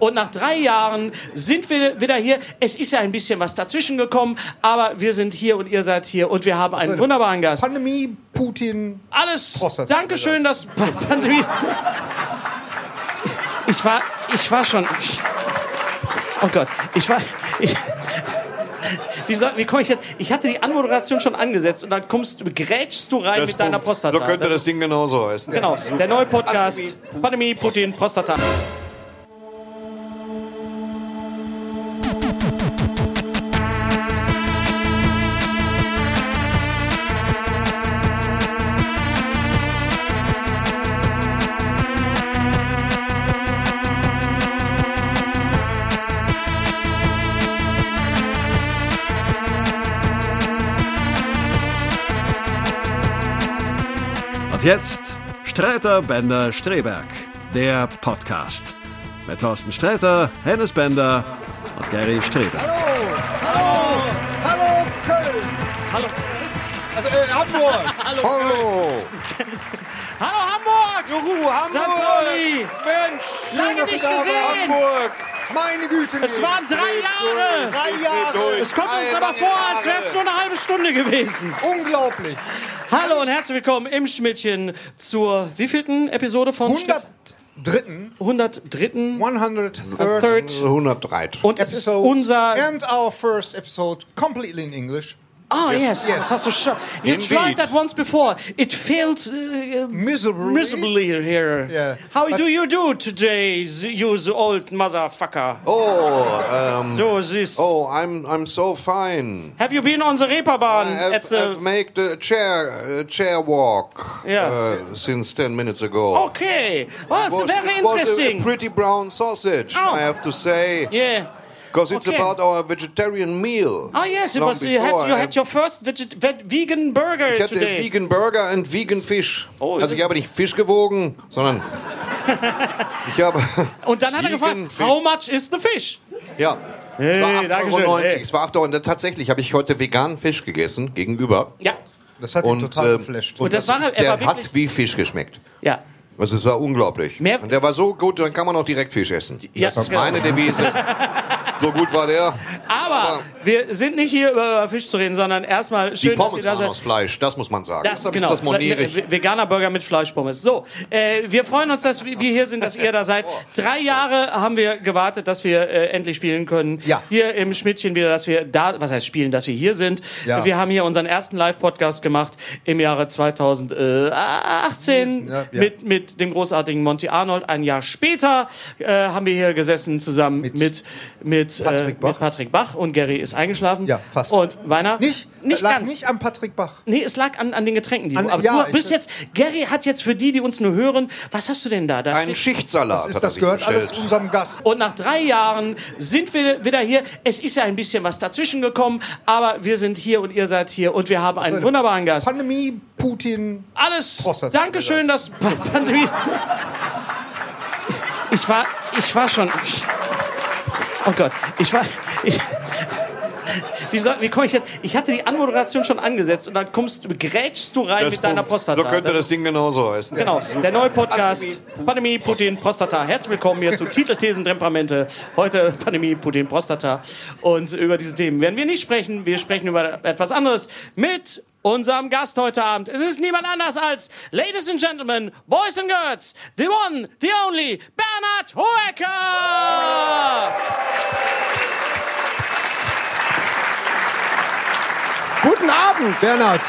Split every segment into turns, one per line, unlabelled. Und nach drei Jahren sind wir wieder hier. Es ist ja ein bisschen was dazwischen gekommen, aber wir sind hier und ihr seid hier und wir haben einen wunderbaren Gast.
Pandemie, Putin.
Alles.
Prostata-
Dankeschön, dass Pa- Pandemie. Ich war, ich war schon. Oh Gott, ich war. Ich, wie soll, wie komme ich jetzt? Ich hatte die Anmoderation schon angesetzt und dann kommst, du- grätschst du rein
Das
mit deiner
Punkt.
Prostata.
So könnte das Ding genauso heißen.
Genau, der neue Podcast Pandemie, Putin, Prostata.
Und jetzt Streiter Bender Streberg, der Podcast. Mit Thorsten Streiter, Hennes Bender und Gary Streberg.
Hallo Köln!
Hallo.
Also äh, Hamburg!
Oh.
Hallo Hamburg!
Juhu,
St.
Hamburg!
Pauli!
Mensch!
Lange
dass
nicht
ihr da wart.
gesehen!
Hamburg!
Meine Güte!
Es waren drei Jahre!
drei Jahre!
Es kommt uns aber vor, als wäre es nur eine halbe Stunde gewesen.
Unglaublich!
Hallo und herzlich willkommen im Schmidtchen zur wievielten Episode von
103.
Schnitt- 103.
103rd
Third.
103.
Und es ist
episode.
unser.
And our first episode completely in English.
Oh, yes.
Yes.
Das hast du schon. You
Indeed.
tried that once before. It failed uh,
Miserably.
miserably here.
Yeah.
How
But-
do you do today, you old motherfucker?
Oh, um,
So, this.
oh, I'm, I'm so fine.
Have you been on the Reeperbahn
I've,
at the
I've made the chair, uh, chair walk
Yeah.
uh, since 10 minutes ago.
Okay, well, it's
Was-
very
Was a-
Oh, interesting.
a pretty brown sausage,
Oh.
I have to say.
yeah.
Because it's
Okay.
about our vegetarian meal.
Oh yes, it
Long
was. You had,
before,
you
and-
had your first veget ve- vegan burger
Ich hatte
today.
Vegan Burger und Vegan Fisch.
Oh, das
also ich habe nicht Fisch gewogen, sondern ich habe
Und dann hat er
Vegan
gefragt,
Fish.
how much is the fish?
ja. es war
Hey,
8,90
Dankeschön,
Euro.
hey.
Es war 8 Euro. Und tatsächlich habe ich heute veganen Fisch gegessen gegenüber.
Ja,
Das hat ihn
Und,
total
ähm,
geflasht.
und das war er
Der
war wirklich.
hat wie Fisch geschmeckt.
Ja,
Also es war unglaublich.
Mehr-
und der war so gut, dann kann man auch direkt Fisch essen.
Ja,
das ist
genau.
meine Devise. so gut war der.
aber wir sind nicht hier über Fisch zu reden, sondern erstmal
Die
schön, dass ihr
Pommes
da
waren
seid.
aus Fleisch, das muss man sagen.
Das,
hab ich-
genau,
das moniere ich.
Ve- veganer Burger mit Fleischpommes. So, äh, wir freuen uns, dass wir hier sind, dass ihr da seid. Drei Jahre haben wir gewartet, dass wir äh, endlich spielen können.
Ja.
Hier im Schmidtchen wieder, dass wir da, was heißt spielen, dass wir hier sind.
Ja.
Wir haben hier unseren ersten Live-Podcast gemacht im Jahre 2018
ne, Ja, ja.
Mit, mit dem großartigen Monty Arnold. Ein Jahr später äh, haben wir hier gesessen zusammen mit, mit, äh,
Patrick Bach.
mit Patrick Bach und Gary ist eingeschlafen.
Ja, fast.
Und Weiner?
Nicht,
nicht
lag
ganz.
nicht am Patrick Bach.
Nee, es lag an, an den Getränken, die
An-
du, aber
ja,
du bist
ich-
jetzt, Gary hat jetzt für die, die uns nur hören, was hast du denn da? da
Ein
steht-
Schichtsalat
Das,
hat er
ist, das
sich
gehört
bestellt.
alles unserem Gast.
und nach drei Jahren sind wir wieder hier. Es ist ja ein bisschen was dazwischen gekommen, aber wir sind hier und ihr seid hier und wir haben einen wunderbaren Gast.
Also, Pandemie, Putin.
Alles.
Prostata-
Dankeschön, dass Pa- Pandemie. Ich war, ich war schon. Oh Gott, ich war. Ich, Wie, soll- wie komme ich jetzt? Ich hatte die Anmoderation schon angesetzt und dann kommst, du- grätschst du rein mit deiner Prostata.
So könnte
Das-
das Ding genauso heißen.
Genau, der neue Podcast Pandemie, Putin, Prostata. Herzlich willkommen hier zu Titelthesen, Temperamente. Heute Pandemie, Putin, Prostata. Und über diese Themen werden wir nicht sprechen. Wir sprechen über etwas anderes mit unserem Gast heute Abend. Es ist niemand anders als Ladies and Gentlemen, Boys and Girls, the one, the only, Bernhard Hoecker!
Guten Abend! Bernhard!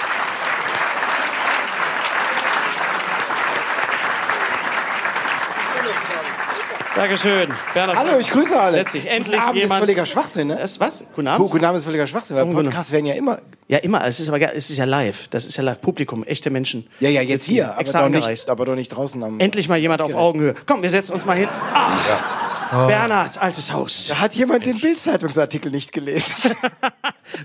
Dankeschön. Bernhard
Hallo, ich grüße alle.
Letztlich endlich
Guten Abend ist
jemand-
völliger Schwachsinn, ne?
Das, was? Guten
Gut,
Abend.
Guten Abend ist völliger Schwachsinn, weil
Ungenau.
Podcasts werden ja immer...
Ja, immer. Es ist aber ge- es ist ja live. Das ist ja live. Publikum, echte Menschen.
Ja, ja, jetzt hier, aber
Extra
doch,
angereist.
nicht, aber doch nicht draußen am...
Endlich mal jemand auf Augenhöhe. Komm, wir setzen uns mal hin. Ach,
Ah.
Bernhard, altes Haus.
Da hat jemand den Bild-Zeitungsartikel nicht gelesen.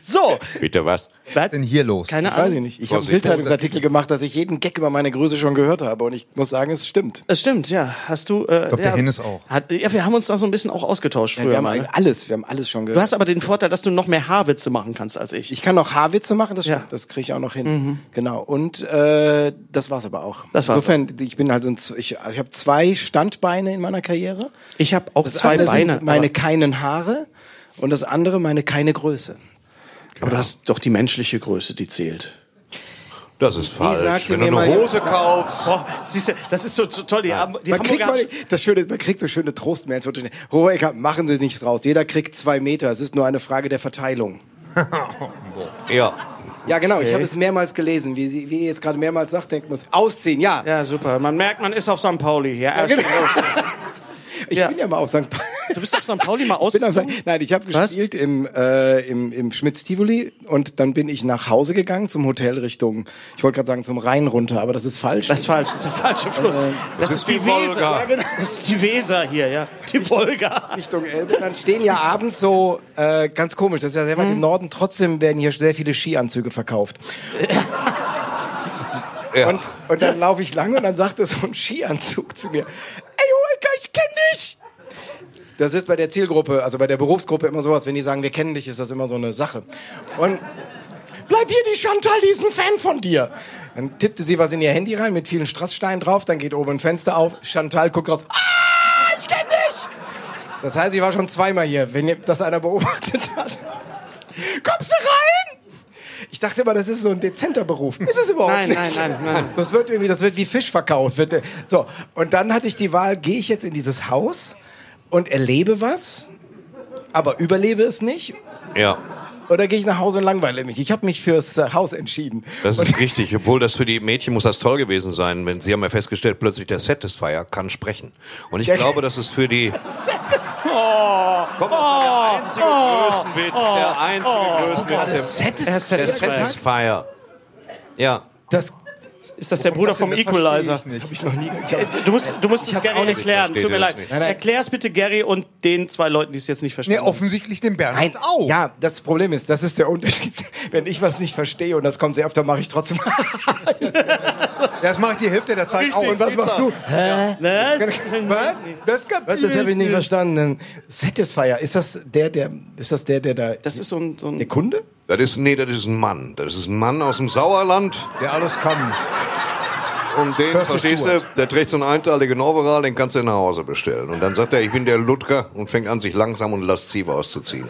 So,
Bitte was?
was?
denn hier los?
keine
Weiß ich
Ahnung.
nicht. Ich habe einen
Vorsicht.
Bild-Zeitungsartikel gemacht, dass ich jeden Gag über meine Größe schon gehört habe. Und ich muss sagen, es stimmt.
Es stimmt, ja. Hast du? Äh, ich
glaub, der Hennes auch.
Hat, ja, wir haben uns da so ein bisschen auch ausgetauscht
wir
früher
haben
mal. ne?
eigentlich alles, wir haben alles schon
Du
gehört.
hast aber den Vorteil, dass du noch mehr Haarwitze machen kannst als ich.
Ich kann noch Haarwitze machen, das,
Ja. Mhm.
stimmt, das kriege ich auch noch hin. Genau. Und äh, das war's aber auch.
Das war's.
Insofern, ich bin halt so ein, Z- ich, ich habe zwei Standbeine in meiner Karriere.
Ich habe auch
Das
zwei
eine
Beine.
sind meine
aber,
keinen Haare und das andere meine keine Größe.
aber du hast doch die menschliche Größe, die zählt.
Das ist falsch.
sagte
Wenn du
mir
eine
mal-
Hose kaufst.
Oh,
Boah, siehst du, das ist so, so toll. Die, haben- die
Man kriegt,
Hamburger-
mal, das Schöne ist, man kriegt so schöne Trostmails. von den- Rohecker, machen Sie nichts draus. Jeder kriegt zwei Meter. Es ist nur eine Frage der Verteilung.
Ja.
Ja, genau. Ich habe es mehrmals gelesen, wie, Sie, wie ihr jetzt gerade mehrmals nachdenken müsst. Ausziehen, ja.
Ja, super. Man merkt, man ist auf St. Pauli hier. Ja,
genau. Ich
Ja.
bin ja mal auf St. Pauli.
Du bist auf St. Pauli mal
Ich bin auf St.
ausgezogen?
Nein, ich habe
Was?
gespielt im, äh, im, im Schmitz-Tivoli und dann bin ich nach Hause gegangen zum Hotel Richtung, ich wollte gerade sagen zum Rhein runter, aber das ist falsch.
Das ist falsch, das ist der falsche Fluss. Das ist die
die Wolga.
Weser. Ja, genau. Das ist die Weser hier, ja. Die Wolga.
Richtung Elbe. Dann Hm? stehen ja abends so, äh, ganz komisch, das ist ja sehr weit im Norden, trotzdem werden hier sehr viele Skianzüge verkauft.
Ja.
Und, und dann laufe ich lang und dann sagte so ein Skianzug zu mir, ey, Holger, ich kenn dich! Das ist bei der Zielgruppe, also bei der Berufsgruppe immer sowas, wenn die sagen, wir kennen dich, ist das immer so eine Sache. Und bleib hier, die Chantal, die ist ein Fan von dir. Dann tippte sie was in ihr Handy rein mit vielen Strasssteinen drauf, dann geht oben ein Fenster auf, Chantal guckt raus, ah, ich kenn dich! Das heißt, ich war schon zweimal hier, wenn ihr das einer beobachtet hat. Kommst du rein? Ich dachte immer, das ist so ein dezenter Beruf. Ist es überhaupt
Nein,
nicht.
nein, nein, nein.
Das wird irgendwie, das wird wie Fisch verkauft. Wird, äh, So. Und dann hatte ich die Wahl, gehe ich jetzt in dieses Haus und erlebe was, aber überlebe es nicht?
Ja.
Oder gehe ich nach Hause und langweile mich? Ich habe mich fürs äh, Haus entschieden.
Das ist richtig. Obwohl das für die Mädchen muss das toll gewesen sein, wenn sie haben ja festgestellt, plötzlich der Satisfier kann sprechen. Und ich
Der-
glaube, das ist für die
Oh,
Komm, das war der einzige Größenwitz, der einzige Größenwitz.
Satis
Der, der Satisfier. Ja.
Das
ist das der Bruder vom Equalizer?
habe ich noch nie. Ich hab,
Du musst, du musst es
hab's
Gary
auch nicht
erklären.
verstanden,
Tut mir
das
leid.
nicht.
nein.
Erklär es bitte Gary und den zwei Leuten, die es jetzt nicht verstehen.
Ja, offensichtlich den Bernhard auch.
Ja, das Problem ist, das ist der Unterschied. Wenn ich was nicht verstehe und das kommt sehr oft, dann mache ich trotzdem.
Das mache ich die Hälfte der Zeit auch.
und was machst du? Hä?
Ne?
Was? Das, was, das habe ich nicht verstanden. Satisfier, ist das der, der, ist das der, der da,
Das ist so ein, so
der
ein
Kunde?
Das ist, nee, das ist ein Mann. Das ist ein Mann aus dem Sauerland.
Der alles kann.
Und den,
Hörst du,
verstehst du, der trägt so einen einteiligen Overall, den kannst du nach Hause bestellen. Und dann sagt er, ich bin der Ludger und fängt an, sich langsam und lasziv auszuziehen.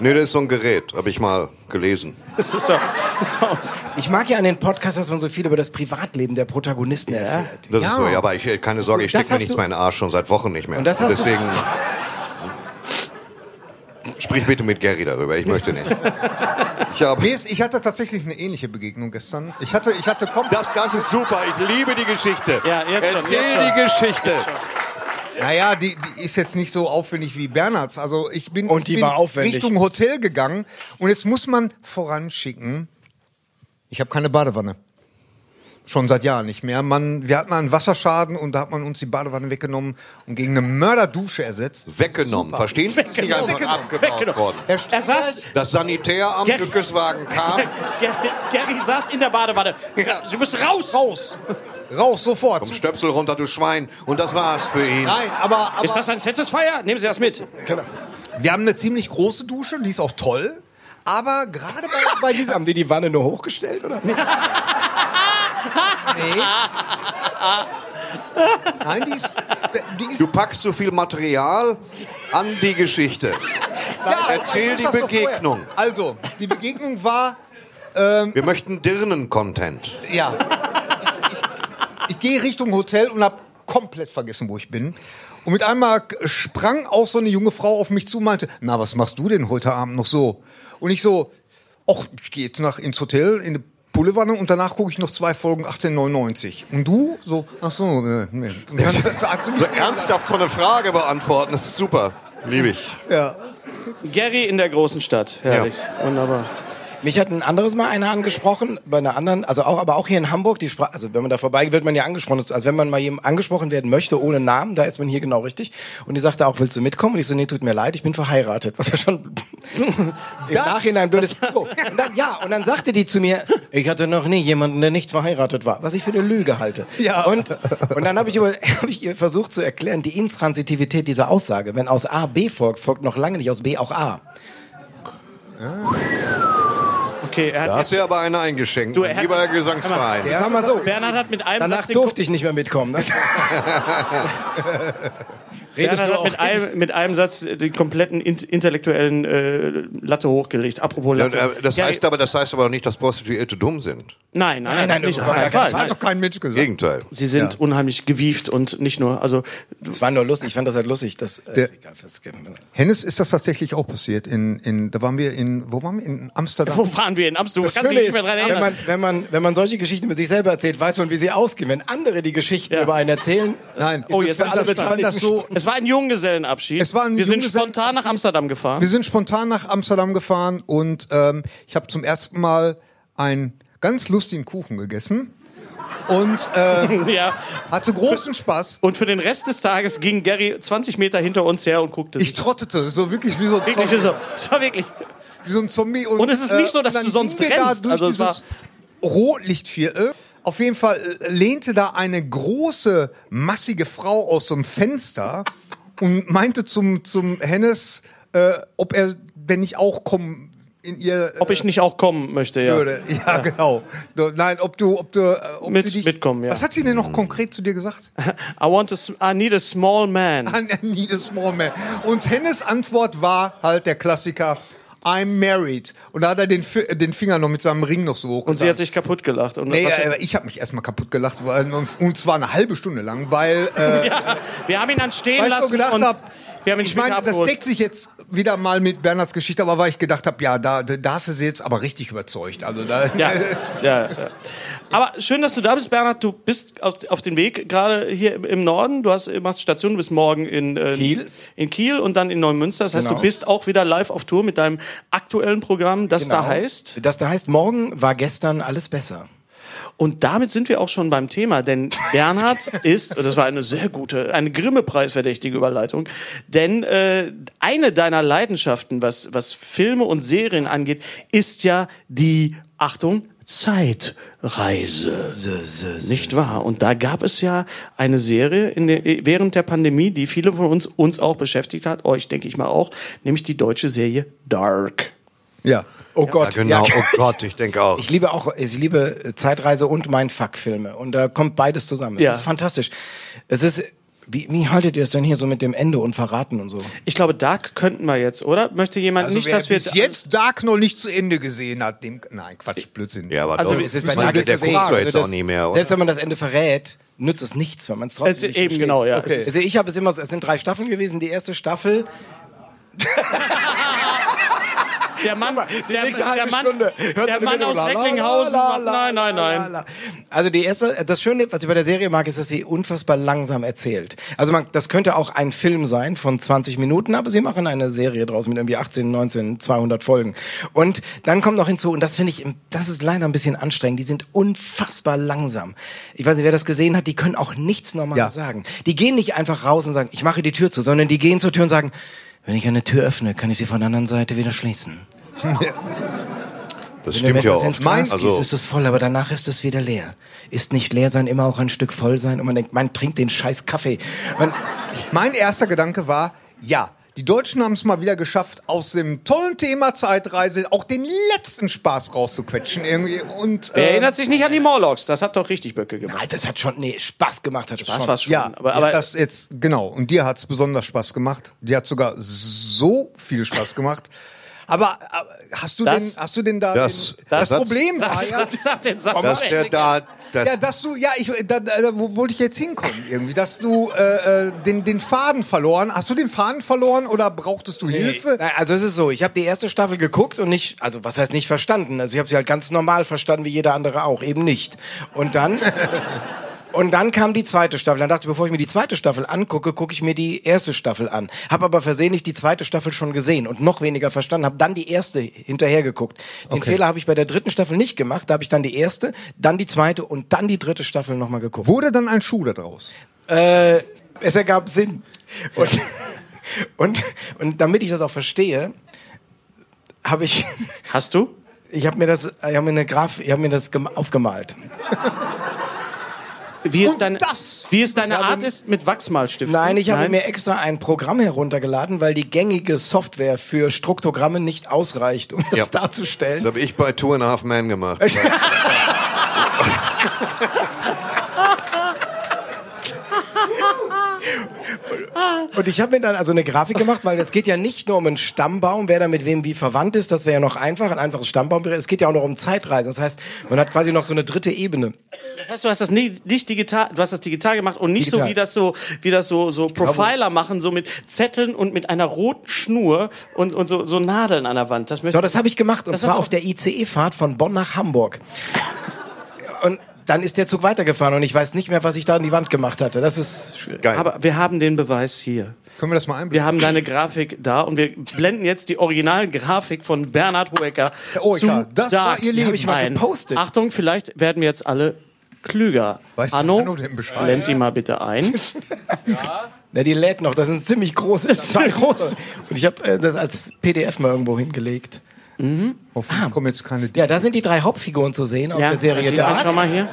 nee, das ist so ein Gerät, habe ich mal gelesen.
das ist so, das ist so aus.
Ich mag ja an den Podcasts, dass man so viel über das Privatleben der Protagonisten erfährt.
Das ist so, ja, aber ich, äh, keine Sorge, ich
Das
stecke mir
hast
nichts
du-
mehr in den Arsch, schon seit Wochen nicht mehr.
Und das hast du-
Deswegen... Sprich bitte mit Gary darüber, ich möchte nicht. Ich habe...
Mir ist- Ich hatte tatsächlich eine ähnliche Begegnung gestern. Ich hatte, ich hatte komplett.
Das, das ist super, ich liebe die Geschichte.
Ja, jetzt schon,
Erzähl
jetzt schon.
die Geschichte.
Naja, die, die ist jetzt nicht so aufwendig wie Bernhards. Also ich bin,
Und die
bin
war aufwendig.
Richtung Hotel gegangen und jetzt muss man voranschicken. Ich habe keine Badewanne. Schon seit Jahren nicht mehr. Man, wir hatten mal einen Wasserschaden und da hat man uns die Badewanne weggenommen und gegen eine Mörderdusche ersetzt.
Weggenommen, verstehen Sie? Ist nicht einfach
Weggenommen.
abgebaut worden.
Er
Er saß,
Das Sanitäramt
Gary-
Lückeswagen kam.
Gary, Gary saß in der Badewanne. Sie müssen raus.
raus! Raus, sofort!
Vom Stöpsel runter, du Schwein. Und das war's für ihn.
Nein, aber, aber
Ist das ein Satisfier? Nehmen Sie das mit.
Wir haben eine ziemlich große Dusche, die ist auch toll. Aber gerade bei, bei dieser.
Haben die die Wanne nur hochgestellt, oder?
Nein, die ist. Die ist
Du packst so viel Material an die Geschichte. Erzähl
das
die
hast du doch vorher.
Begegnung.
Also, die Begegnung war.
Wir möchten Dirnen-Content.
Ja. Ich, ich, ich gehe Richtung Hotel und habe komplett vergessen, wo ich bin. Und mit einmal sprang auch so eine junge Frau auf mich zu und meinte, na, was machst du denn heute Abend noch so? Und ich so, ach, ich gehe jetzt nach, ins Hotel, in eine Pullewanne und danach gucke ich noch zwei Folgen 1899. Und du? So, ach so, nee, nee. Und dann hat sie mich-
So ernsthaft so eine Frage beantworten, das ist super. Liebe ich.
Gary in der großen Stadt. Herrlich. Wunderbar.
Mich hat ein anderes Mal einer angesprochen, bei einer anderen, also auch, aber auch hier in Hamburg, die Spra also wenn man da vorbei wird man ja angesprochen. Also wenn man mal jemand angesprochen werden möchte ohne Namen, da ist man hier genau richtig. Und die sagte auch, willst du mitkommen? Und ich so, nee, tut mir leid, ich bin verheiratet. Was ja schon im Nachhinein blödes. Oh. Und dann, ja, und dann sagte die zu mir, ich hatte noch nie jemanden, der nicht verheiratet war, was ich für eine Lüge halte.
Ja.
Und, und dann habe ich, über- hab ich ihr versucht zu erklären, die Intransitivität dieser Aussage. Wenn aus A B folgt, folgt noch lange nicht aus B auch A.
Okay, er
Da
hat
hast
jetzt,
du ja aber eine eingeschenkt.
Du,
Du,
er hat-
Lieber
Hör
Gesangsverein.
Ich sag mal so.
Bernhard hat mit einem
Danach
Satz den
durfte ich nicht mehr mitkommen. Das
Bernhard
Redest du
hat
auch
mit einem, mit einem Satz den kompletten int intellektuellen äh, Latte hochgelegt. Apropos
Ja,
Latte.
äh, Das
Gary-
heißt aber, das heißt aber auch nicht, dass Prostituierte dumm sind.
nein, nein, nein,
Nein, nein,
nicht.
auf
auf keinen
gar keinen
Fall,
Fall.
nein.
hat doch kein Mensch gesagt.
Gegenteil.
Sie sind unheimlich gewieft und nicht nur, also
Es war nur lustig, ich fand das halt lustig. Das, äh,
Der-
egal, was-
Hennes ist das tatsächlich auch passiert. In, in, da waren wir in, wo waren wir? In Amsterdam.
wo fahren wir in Amsterdam? Du
das
kannst
Schöne
dich nicht
ist,
mehr dran
wenn
erinnern.
man, wenn, man, wenn man solche Geschichten mit sich selber erzählt, weiß man, wie sie ausgehen. Wenn andere die Geschichten
Ja.
über einen erzählen,
Nein,
Oh,
es
jetzt
war-
wird alles
das war
spannend.
das so,
Es war ein Junggesellenabschied.
Es war ein
wir sind
Junggesellen-
spontan nach Amsterdam gefahren.
Wir sind spontan nach Amsterdam gefahren und ähm, ich habe zum ersten Mal einen ganz lustigen Kuchen gegessen und äh,
ja.
hatte großen Spaß.
Und für den Rest des Tages ging Gary 20 Meter hinter uns her und guckte
Ich
sich.
trottete so wirklich wie so ein
Wirklich
Zombie.
so. Es war wirklich.
Wie so ein Zombie und, äh,
Und es ist nicht so, dass
und dann
du sonst
gingen wir
rennst.
Da durch
Also es
dieses Rotlichtviertel. Auf jeden Fall äh, lehnte da eine große, massige Frau aus so einem Fenster und meinte zum, zum Hennes, äh, ob er denn nicht auch kommen in ihr äh,
Ob ich nicht auch kommen möchte, ja.
würde. Ja, genau. Du, nein, ob du, ob du, äh, ob
Mit-
sie dich,
mitkommen, ja. Mhm.
Was hat sie denn noch konkret zu dir gesagt?
I want a, s- I need a small man.
I need a small man. Und Hennes Antwort war halt der Klassiker. I'm married. Und da hat er den, Fi- äh, den Finger noch mit seinem Ring noch so hoch.
Und sie hat sich kaputt gelacht. Und
Nee,
was-
äh, ich habe mich erstmal kaputt gelacht, weil, und zwar eine halbe Stunde lang, weil äh,
ja, wir haben ihn dann stehen
weil ich
lassen.
so gedacht
und
habe,
wir haben ihn
ich
später
meine, das
abgeholt.
deckt sich jetzt wieder mal mit Bernhards Geschichte, aber weil ich gedacht habe, ja, da, da hast du sie jetzt aber richtig überzeugt. Also da
Ja, ja, ja. Aber schön, dass du da bist, Bernhard. Du bist auf, auf dem Weg gerade hier im- im Norden. Du hast, machst Station, du bist morgen in, äh,
Kiel.
in Kiel und dann in Neumünster. Das heißt,
Genau.
du bist auch wieder live auf Tour mit deinem aktuellen Programm, das da
Genau.
heißt.
Das da heißt, morgen war gestern alles besser.
Und damit sind wir auch schon beim Thema, denn Bernhard ist, und das war eine sehr gute, eine grimme preisverdächtige Überleitung, denn äh, eine deiner Leidenschaften, was, was Filme und Serien angeht, ist ja die, Achtung, Zeitreise. Nicht wahr? Und da gab es ja eine Serie in der, während der Pandemie, die viele von uns uns auch beschäftigt hat, euch denke ich mal auch, nämlich die deutsche Serie Dark.
ja.
Oh Gott,
ja, genau.
ja.
Oh Gott, ich denke auch.
Ich liebe auch, ich liebe Zeitreise und Mindfuck-Filme. Und da kommt beides zusammen.
Ja.
Das ist fantastisch. Es ist, wie, wie haltet ihr es denn hier so mit dem Ende und Verraten und so?
Ich glaube, Dark könnten wir jetzt, oder? Möchte jemand
Also
nicht,
wer
dass wir
bis jetzt Dark noch nicht zu Ende gesehen hat, dem nein Quatsch Blödsinn.
ja, aber
Also,
doch,
es ist
bei
ich meine,
Dark
der
ist das
guckt
eh-
zwar jetzt
also
auch
das-
nie mehr. Oder?
Selbst wenn man das Ende verrät, nützt es nichts, weil man es trotzdem
Es-
nicht
eben
versteht.
genau, ja. Es ist-
Also ich habe es immer, so- es sind drei Staffeln gewesen. Die erste Staffel,
Der Mann, der,
nächste halbe
der Mann,
Stunde, hört
der
man
Mann
immer
aus
nur la, la,
Recklinghausen.
la,
macht-
la,
Nein, nein,
la,
nein.
la, la. Also die erste, das Schöne, was ich bei der Serie mag, ist, dass sie unfassbar langsam erzählt. Also man, das könnte auch ein Film sein von 20 Minuten, aber sie machen eine Serie draus mit irgendwie 18, 19, 200 Folgen. Und dann kommt noch hinzu, und das finde ich, das ist leider ein bisschen anstrengend, die sind unfassbar langsam. Ich weiß nicht, wer das gesehen hat, die können auch nichts normal
Ja.
sagen. Die gehen nicht einfach raus und sagen, ich mache die Tür zu, sondern die gehen zur Tür und sagen, wenn ich eine Tür öffne, kann ich sie von der anderen Seite wieder schließen.
Das
Wenn du
stimmt ja auch.
Metasens Glas gießt,
Also,
ist es voll, aber danach ist es wieder leer. Ist nicht leer sein immer auch ein Stück voll sein? Und man denkt, man trinkt den scheiß Kaffee. Man,
Mein erster Gedanke war, ja, Die Deutschen haben es mal wieder geschafft, aus dem tollen Thema Zeitreise auch den letzten Spaß rauszuquetschen irgendwie. Und,
Wer
äh,
erinnert sich nicht an die Morlocks? Das hat doch richtig Böcke gemacht.
Alter, das hat schon, nee, Spaß gemacht hat Spaß.
das war's schon.
ja,
aber,
ja,
aber
das jetzt, genau. Und dir hat's besonders Spaß gemacht. Dir hat sogar so viel Spaß gemacht. Aber äh, hast du
Das-
denn, hast du denn da
Das-
den,
das-
das Problem
sag,
war ja,
sag, sag den Satz.
Dass
zu
der
Ende.
da. Das,
Ja, dass du, ja, ich, äh, da, da, da wo wollte ich jetzt hinkommen irgendwie, dass du äh, äh, den, den Faden verloren. Hast du den Faden verloren oder brauchtest du Hilfe?
Nein, also es ist so, ich habe die erste Staffel geguckt und nicht, also was heißt nicht verstanden? Also ich habe sie halt ganz normal verstanden, wie jeder andere auch, eben nicht. Und dann und dann kam die zweite Staffel. Dann dachte ich, bevor ich mir die zweite Staffel angucke, gucke ich mir die erste Staffel an. Habe aber versehentlich die zweite Staffel schon gesehen und noch weniger verstanden, habe dann die erste hinterher geguckt. Den Fehler habe ich bei der dritten Staffel nicht gemacht, da habe ich dann die erste, dann die zweite und dann die dritte Staffel nochmal geguckt.
Wurde dann ein Schuh daraus?
Äh, es ergab Sinn. Und, und, und damit ich das auch verstehe, habe ich,
Hast du?
ich habe mir das, ich habe mir eine Graf, ich habe mir das gem- aufgemalt.
Wie es
Und
deine,
das-
wie es deine Art ist mit Wachsmalstiften?
Nein, ich habe mir extra ein Programm heruntergeladen, weil die gängige Software für Struktogramme nicht ausreicht, um das
Ja. Das
darzustellen.
habe ich bei Two and a Half Man gemacht.
Und ich habe mir dann also eine Grafik gemacht, weil es geht ja nicht nur um einen Stammbaum, wer da mit wem wie verwandt ist, das wäre ja noch einfach, ein einfaches Stammbaum. wäre. Es geht ja auch noch um Zeitreisen. Das heißt, man hat quasi noch so eine dritte Ebene.
Das heißt, du hast das nicht, nicht digital, du hast das digital gemacht und nicht so
Digital.
wie das so, wie das so, so Profiler machen, so mit Zetteln und mit einer roten Schnur und, und so, so Nadeln an der Wand. Das möchte
Doch, das habe ich gemacht. Und
Das hast
zwar
du-
auf der ICE-Fahrt von Bonn nach Hamburg. Und dann ist der Zug weitergefahren und ich weiß nicht mehr, was ich da an die Wand gemacht hatte. Das ist schwierig.
Geil.
Aber wir haben den Beweis hier.
Können wir das mal einblenden?
Wir haben deine Grafik da und wir blenden jetzt die originalen Grafik von Bernhard Hoecker.
Hoeker, das war ihr Leben.
Hab ich mal ein.
gepostet.
Achtung, vielleicht werden wir jetzt alle klüger.
Weiß der
Hanno,
Hanno denn Bescheid?
blend die mal bitte ein.
Na, die lädt noch. Das sind ziemlich große.
Das ist groß.
Und ich habe äh, das als PDF mal irgendwo hingelegt.
Hoffentlich kommen jetzt keine
Ah. Ja, da sind die drei Hauptfiguren zu sehen aus der Serie
sieht man
Dark.
schon mal hier.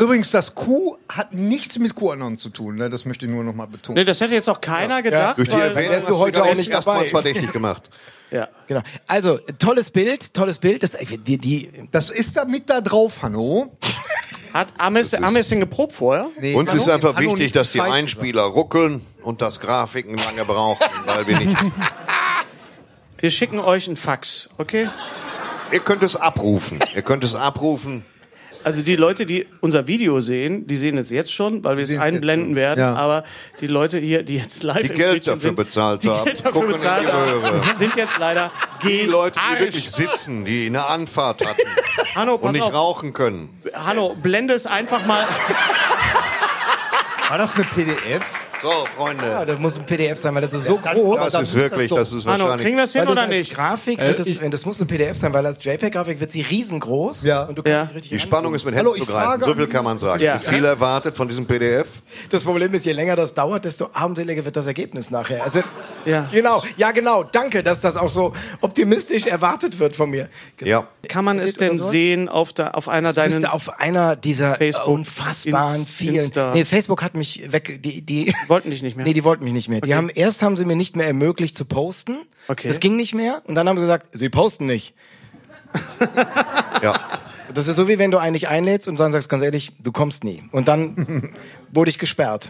Übrigens, das Q hat nichts mit QAnon zu tun, ne? das möchte ich nur noch mal betonen.
Nee, das hätte jetzt auch keiner gedacht.
Durch die
weil-
Erwähnung
wärst du heute
wieder
auch nicht
erstmals
dabei.
verdächtig gemacht.
ja.
Genau. Also, tolles Bild, tolles Bild. Das, äh, die, die,
Das ist da mit da drauf, Hanno.
Hat Ames, Ames denn geprobt vorher?
Nee,
Uns
Hanno-
ist einfach
Hanno
wichtig,
nicht
dass die
Bescheid
Einspieler ruckeln und dass Grafiken lange brauchen, weil wir nicht.
Wir schicken euch einen Fax, okay?
Ihr könnt es abrufen. Ihr könnt es abrufen.
Also die Leute, die unser Video sehen, die sehen es jetzt schon, weil wir es
sehen es jetzt
einblenden
schon.
werden.
Ja.
Aber die Leute hier, die jetzt live
Die
im
Geld
Bildschirm
dafür
sind,
bezahlt
die
haben.
Geld dafür
Gucken in die
bezahlt haben,
Röhre.
sind jetzt leider
Die Leute, die wirklich
gearcht.
sitzen, die eine Anfahrt hatten
Hanno,
und
pass
nicht
auf.
rauchen können.
Hanno, blende es einfach mal.
War das eine PDF?
So,
ja,
Freunde.
das muss ein PDF sein, weil das ist so groß.
Das
dann
ist
tut das
wirklich,
doch.
das ist
Hanno, kriegen wir
wahrscheinlich.
es hin
Weil
oder
das als
nicht?
Grafik
Äh,
wird das, das muss ein PDF sein, weil als JPEG-Grafik wird sie riesengroß.
Ja.
Und du kannst
Ja.
nicht richtig
Die Spannung ist mit
Hallo,
Händen zu
ich frage
greifen. So viel
an-
kann man sagen.
Ja.
Es wird viel erwartet von diesem PDF.
Das Problem ist, je länger das dauert, desto armseliger wird das Ergebnis nachher. Also,
Ja.
Genau, ja genau. Danke, dass das auch so optimistisch erwartet wird von mir.
Ja.
Kann man es
Oder
denn
sowas?
sehen auf, der, auf einer
Du bist
deinen...
auf einer dieser
Facebook,
unfassbaren
Inst-
vielen.
Insta.
Nee, Facebook hat mich weg. Die, die
Wollten dich nicht mehr.
Nee, die wollten mich nicht mehr. Die haben erst haben sie mir nicht mehr ermöglicht zu posten.
Okay.
Das ging nicht mehr. Und dann haben sie gesagt, sie posten nicht.
Ja.
Das ist so wie wenn du eigentlich einlädst und dann sagst ganz ehrlich, du kommst nie. Und dann wurde ich gesperrt.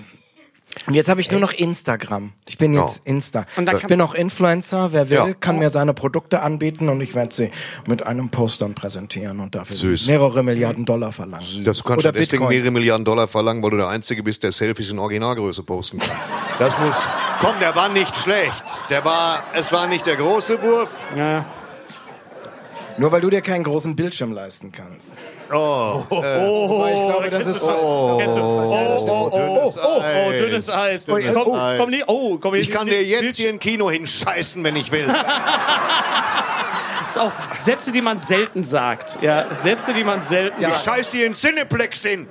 Und jetzt habe ich nur noch Instagram. Ich bin jetzt Insta.
Und da
ich
kann-
bin auch Influencer. Wer will,
Ja.
kann mir seine Produkte anbieten und ich werde sie mit einem Post dann präsentieren und dafür
Süß.
mehrere Milliarden Dollar verlangen.
Das kannst
Oder
du deswegen
Bitcoins.
mehrere Milliarden Dollar verlangen, weil du der Einzige bist, der Selfies in Originalgröße posten kann. Das muss. Komm, der war nicht schlecht. Der war, es war nicht der große Wurf.
Ja.
Nur weil du dir keinen großen Bildschirm leisten kannst.
Oh,
Oh,
ich glaube,
da
das
kennst
ist-
du es falsch. Da kennst du es falsch. oh, oh, oh,
dünnes
oh, oh, oh,
Eis.
dünnes Eis.
Dünnes
komm,
Eis.
komm nicht, oh, komm
ich kann dir jetzt hier ein Kino hinscheißen, wenn ich will.
Das ist auch Sätze, die man selten sagt. Ja, Sätze, die man selten
Ich
sagt.
scheiß dir in Cineplex hin.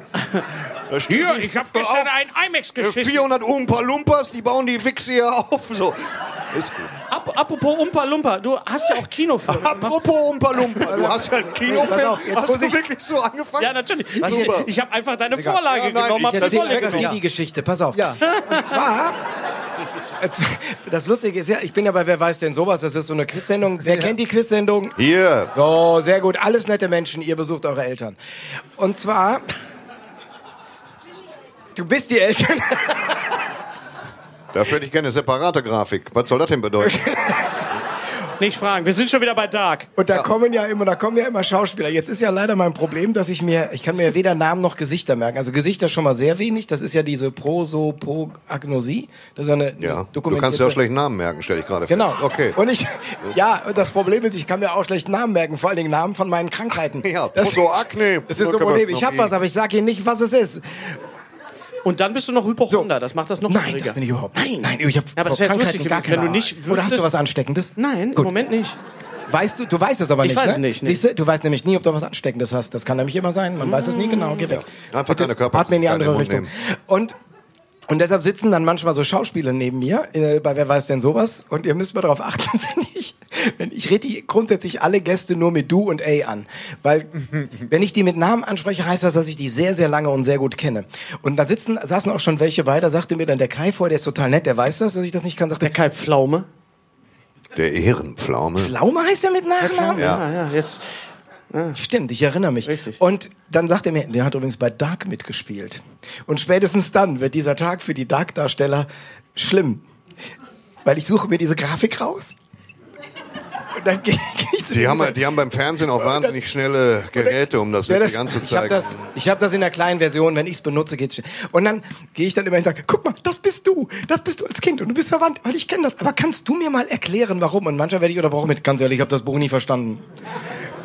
Da steht hier, ich hab
Gestern ein IMAX geschissen.
400 Oompa Lumpas, die bauen die Wichse hier auf. So. Ist gut.
Ap apropos Umpa Lumpa, du hast ja auch Kinofilme gemacht.
Apropos Oompa Lumpa, du hast ja einen
Pass
Kinofilm.
auf, jetzt
Hast
muss
du
ich-
wirklich so angefangen?
Ja, natürlich.
Super.
Ich, ich habe einfach deine Vorlage
Ja, nein,
genommen,
ich
hab
hätte
das
Jetzt
Soll
Volle
ich
direkt
genommen.
die, die Geschichte, pass auf.
Ja.
Und zwar Das Lustige ist ja, ich bin ja bei Wer weiß denn sowas, das ist so eine Quizsendung. Wer kennt die Quizsendung?
Hier.
So, sehr gut. Alles nette Menschen, ihr besucht eure Eltern. Und zwar, du bist die Eltern.
Dafür hätte ich gerne separate Grafik. Was soll das denn bedeuten?
Nicht fragen. Wir sind schon wieder bei Dark.
Und da kommen ja immer, da kommen ja immer Schauspieler. Jetzt ist ja leider mein Problem, dass ich mir, ich kann mir weder Namen noch Gesichter merken. Also Gesichter schon mal sehr wenig. Das ist ja diese Prosopagnosie. Das ist ja eine
Ja. Du
dokumentierte-
kannst ja auch schlecht Namen merken, stelle ich gerade fest.
Genau.
Okay.
Und ich, ja, und das Problem ist, ich kann mir auch schlecht Namen merken, vor allen Dingen Namen von meinen Krankheiten.
Ja,
das,
Protoakne.
Das ist so
Kann
ein
man
Problem.
noch
Ich habe
eh.
was, aber ich sage Ihnen nicht, was es ist.
Und dann bist du noch Hypochonder. Das macht das noch
Nein,
schwieriger.
das bin ich überhaupt. Nein, nein, ich habe
Ja, aber das wäre jetzt lustig gewesen, wenn du nicht
Oder hast du
wüsstest-
was Ansteckendes?
Nein, im
Gut.
Moment nicht.
Weißt du, du weißt es aber
Ich
nicht.
weiß es
ne?
nicht, nee.
Siehst du, du weißt nämlich nie, ob du was Ansteckendes hast. Das kann nämlich immer sein. Man weiß es nie genau. Geh weg.
Einfach keine Körper-
Atme in die
keine
andere
Mund
Richtung.
nehmen.
Und, und deshalb sitzen dann manchmal so Schauspieler neben mir, äh, bei Wer weiß denn sowas? Und ihr müsst mal darauf achten, wenn ich, wenn ich rede die- grundsätzlich alle Gäste nur mit Du und Ey an. Weil, wenn ich die mit Namen anspreche, heißt das, dass ich die sehr, sehr lange und sehr gut kenne. Und da sitzen, saßen auch schon welche bei, da sagte mir dann der Kai vorher, der ist total nett, der weiß das, dass ich das nicht kann, sagte,
Der Kalb Pflaume.
Der Ehrenpflaume.
Laume heißt der mit Nachnamen?
Ja, Ah, ja, jetzt.
Stimmt, ich erinnere mich.
Richtig.
Und dann sagt er mir, der hat übrigens bei Dark mitgespielt. Und spätestens dann wird dieser Tag für die Dark-Darsteller schlimm. Weil ich suche mir diese Grafik raus. Und dann gehe ich zu
Die
dem-
haben, halt die haben beim Fernsehen auch wahnsinnig schnelle Geräte, um das
Ja,
wirklich
ich habe
anzuzeigen.
das, ich hab das in der kleinen Version, wenn ich es benutze, geht's schnell. Und dann gehe ich dann immer hin und sage, guck mal, das bist du, das bist du als Kind und du bist verwandt, weil ich kenne das. Aber kannst du mir mal erklären, warum? Und manchmal werde ich unterbrochen mit, ganz ehrlich, ich habe das Buch nie verstanden.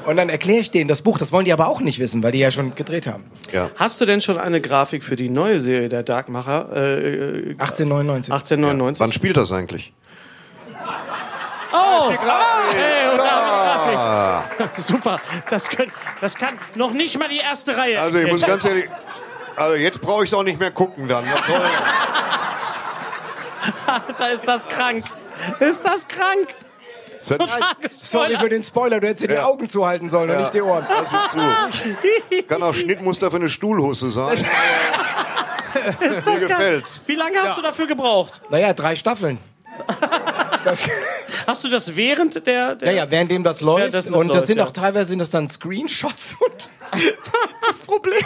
Und dann erkläre ich denen das Buch, das wollen die aber auch nicht wissen, weil die ja schon gedreht haben.
ja.
Hast du denn schon eine Grafik für die neue Serie der Darkmacher? Äh, äh,
1899.
1899.
Wann spielt das eigentlich?
Oh!
Ah,
Hey,
und da Super. Das, können, das kann noch nicht mal die erste Reihe.
Also ich muss
entdecken.
ganz ehrlich, also jetzt brauche ich es auch nicht mehr gucken dann. Was soll
Alter, ist das krank. Ist das krank?
das? Das
Total
Sorry
gespoilert.
für den Spoiler, du hättest dir die
Ja.
Augen zuhalten sollen und
Ja.
nicht die Ohren.
zu. Kann auch Schnittmuster für eine Stuhlhusse sein.
Ist das
Mir
krank?
gefällt's.
Wie lange hast du dafür gebraucht?
Naja, drei Staffeln. Das,
Hast du das während der. der
naja, währenddem das läuft.
Währenddessen das
und das
läuft,
sind
ja.
auch teilweise sind das dann Screenshots und das Problem.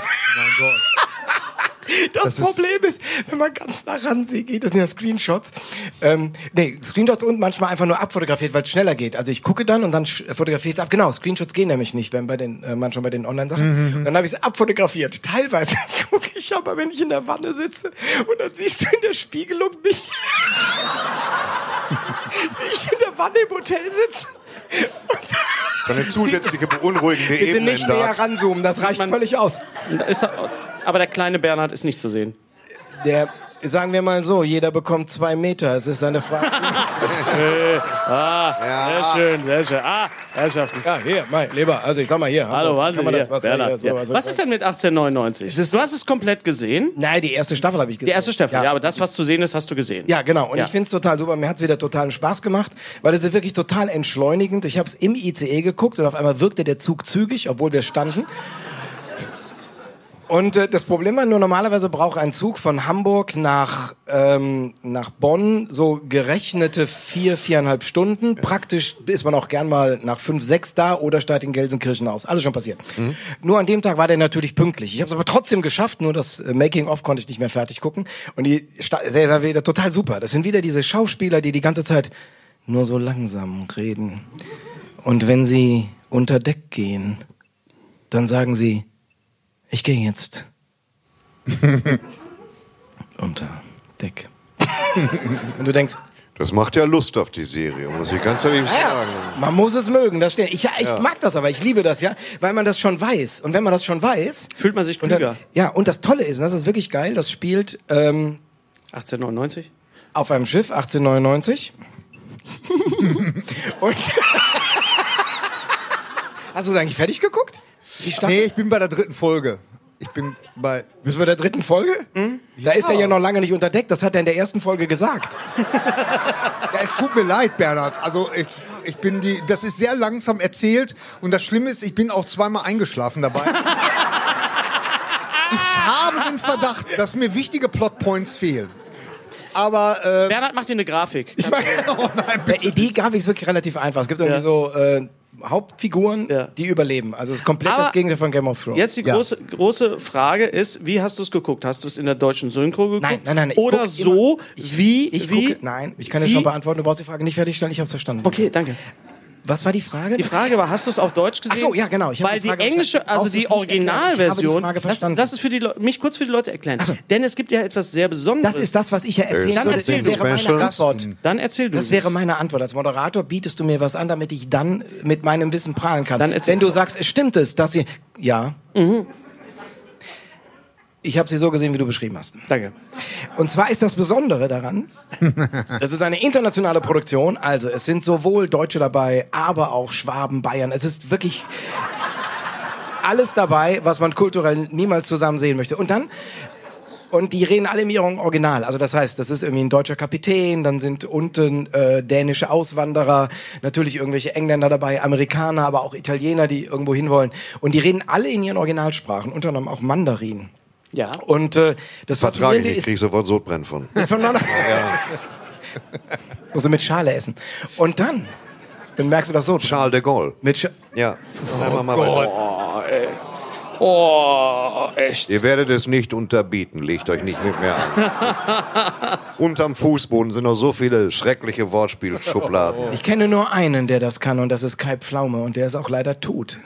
Das, Problem ist, wenn man ganz nah ran sieht, geht, das sind ja Screenshots. Ähm, nee, Screenshots und manchmal einfach nur abfotografiert, weil es schneller geht. Also ich gucke dann und dann sch- fotografiere ich es ab. Genau, Screenshots gehen nämlich nicht, wenn bei den äh, manchmal bei den Online-Sachen.
Mhm,
Dann habe ich es abfotografiert. Teilweise gucke ich aber, wenn ich in der Wanne sitze und dann siehst du in der Spiegelung mich, wie ich in der Wanne im Hotel sitze. Und
Eine zusätzliche beunruhigende
Bitte
Ebene
nicht
in
näher
Dark.
ranzoomen, das reicht
Man-
völlig aus.
Da Ist er, aber der kleine Bernhard ist nicht zu sehen.
Der, sagen wir mal so, jeder bekommt zwei Meter. Es ist eine Frage.
Ja.
schön, Ah, sehr schön. Ah, Herrschaften.
ja, hier, mein Lieber. Also ich sag mal hier.
Hallo,
Hamburg,
Wahnsinn.
kann man das-
hier,
was-
Bernhard,
hier, so-
ja.
so-
Was ist denn mit 1899? Du hast es komplett gesehen.
Nein, die erste Staffel habe ich gesehen.
Die erste Staffel, ja. aber das, was zu sehen ist, hast du gesehen.
Ja, genau. Und
Ja.
ich finde es total super. Mir hat es wieder totalen Spaß gemacht, weil es ist wirklich total entschleunigend. Ich habe es im ICE geguckt und auf einmal wirkte der Zug zügig, obwohl wir standen. Und äh, das Problem war nur, normalerweise braucht ein Zug von Hamburg nach, ähm, nach Bonn so gerechnete vier, viereinhalb Stunden. Praktisch ist man auch gern mal nach fünf, sechs da oder steigt in Gelsenkirchen aus. Alles schon passiert. Nur an dem Tag war der natürlich pünktlich. Ich habe es aber trotzdem geschafft, nur das äh, Making-of konnte ich nicht mehr fertig gucken. Und die Sta- sehr, sehr wieder total super. Das sind wieder diese Schauspieler, die die ganze Zeit nur so langsam reden. Und wenn sie unter Deck gehen, dann sagen sie, ich gehe jetzt unter Deck. Und du denkst,
Das macht ja Lust auf die Serie, muss ich ganz ehrlich sagen.
"Ah, man muss es mögen, das stimmt. Ich, ja, ich mag das aber, ich liebe das, ja, weil man das schon weiß. Und wenn man das schon weiß,
Fühlt man sich
und dann,
klüger.
ja, und das Tolle ist, und das ist wirklich geil, das spielt ähm,
1899?
auf einem Schiff 1899. und Hast du das eigentlich fertig geguckt? Die Staffel?
Nee, ich bin bei der dritten Folge. Ich bin bei.
Bis bei der dritten Folge?
Hm?
Da ist er ja noch lange nicht unter Deck, das hat er in der ersten Folge gesagt.
Ja, es tut mir leid, Bernhard. Also ich, ich bin die. Das ist sehr langsam erzählt und das Schlimme ist, ich bin auch zweimal eingeschlafen dabei. Ich habe den Verdacht, dass mir wichtige Plotpoints fehlen. Aber äh,
Bernhard macht dir eine Grafik.
Ähm, Ich meine, die- die Grafik ist wirklich relativ einfach. Es gibt irgendwie
Oh Ja.
so äh, Hauptfiguren,
Ja.
die überleben. Also es ist komplett
Aber
das Gegenteil von Game of Thrones.
Jetzt die große, große Frage ist, wie hast du es geguckt? Hast du es in der deutschen Synchro geguckt?
Nein, nein, nein. ich
Oder
guck
so,
immer- ich,
wie,
ich
wie,
gucke, nein, ich kann das
wie-
schon beantworten. Du brauchst die Frage nicht fertigstellen, ich habe verstanden.
Okay, danke.
Was war die Frage?
Die Frage war, hast du es auf Deutsch gesehen?
Ach so, ja, genau. Ich hab
Weil
die
die
Frage
englische,
verstanden.
also
Brauchst
die
du es nicht erklären? Ich habe die
Originalversion,
Frage
das,
verstanden.
das ist für die Leu- mich kurz für die Leute erklären. Denn es gibt ja etwas sehr Besonderes.
das ist das, was ich ja erzählen
Dann
würde.
erzähl
Das
du.
wäre meine
Special.
Antwort.
Dann erzähl du.
Das
es.
wäre meine Antwort. Als Moderator bietest du mir was an, damit ich dann mit meinem Wissen prahlen kann.
Dann erzähl's Mhm.
Wenn du
doch.
sagst, es stimmt es, dass sie. Ja. Ich habe sie so gesehen, wie du beschrieben hast.
Danke.
Und zwar ist das Besondere daran, das ist eine internationale Produktion. Also es sind sowohl Deutsche dabei, aber auch Schwaben, Bayern. Es ist wirklich alles dabei, was man kulturell niemals zusammen sehen möchte. Und dann und die reden alle im ihrem Original. Also das heißt, das ist irgendwie ein deutscher Kapitän, dann sind unten äh, dänische Auswanderer, natürlich irgendwelche Engländer dabei, Amerikaner, aber auch Italiener, die irgendwo hinwollen. Und die reden alle in ihren Originalsprachen, unter anderem auch Mandarin.
Ja.
Und äh,
Vertrage
das
ich
Faszinierende
nicht,
ist...
krieg ich sofort Sodbrennen von.
Von Nonna. Musst du mit Schale essen. Und dann, dann merkst du das so.
Charles de Gaulle.
Mit Scha
Ja.
Oh
Einmal mal weiter.
Oh, echt.
Ihr werdet es nicht unterbieten, legt euch nicht mit mir an. Unterm Fußboden sind noch so viele schreckliche Wortspielschubladen.
ich kenne nur einen, der das kann und das ist Kai Pflaume und der ist auch leider tot.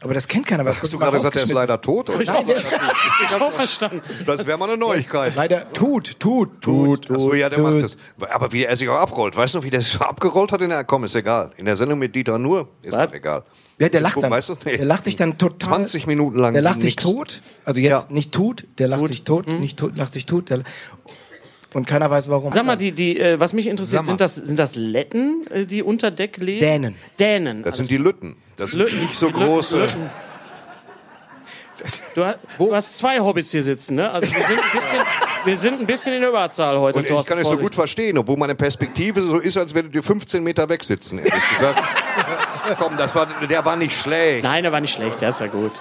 Aber das kennt keiner. weil das
Hast du
wird
gerade gesagt, der ist
rausgeschnitten.
leider tot? Oder?
Nein, der ist
Ich habe verstanden.
Das wäre mal eine Neuigkeit.
leider tut, tut, tut, tut.
Achso, ja, der
tut.
macht das. Aber wie er sich auch abrollt, weißt du noch, wie der sich abgerollt hat? In der, komm, ist egal. In der Sendung mit Dieter Nur ist
Was?
doch egal.
Ja, der lacht dann.
Weißt du? Nee.
Der lacht sich dann total.
20 Minuten lang
Der lacht sich
nix.
tot. Also jetzt
Ja. Hm?
nicht tut, der lacht sich tot, nicht tot, lacht sich tot. Der, und keiner weiß warum.
Sag mal, die, die, äh, was mich interessiert,
Sag mal.
sind das, sind das Letten, äh, die unter Deck leben?
Dänen.
Dänen.
Das sind die Lütten. Das sind
Lütten,
nicht so
die Lütten,
große.
Lütten. Du, ha- du hast zwei Hobbys hier sitzen, ne? Also wir sind ein bisschen, wir sind ein bisschen in der Überzahl heute,
Und ich
Thorsten,
kann es so gut
Vorsicht.
verstehen, obwohl meine Perspektive so ist, als würdet ihr 15 Meter weg sitzen, ehrlich gesagt. Komm, das war, der war nicht schlecht.
Nein, der war nicht schlecht, der ist ja gut.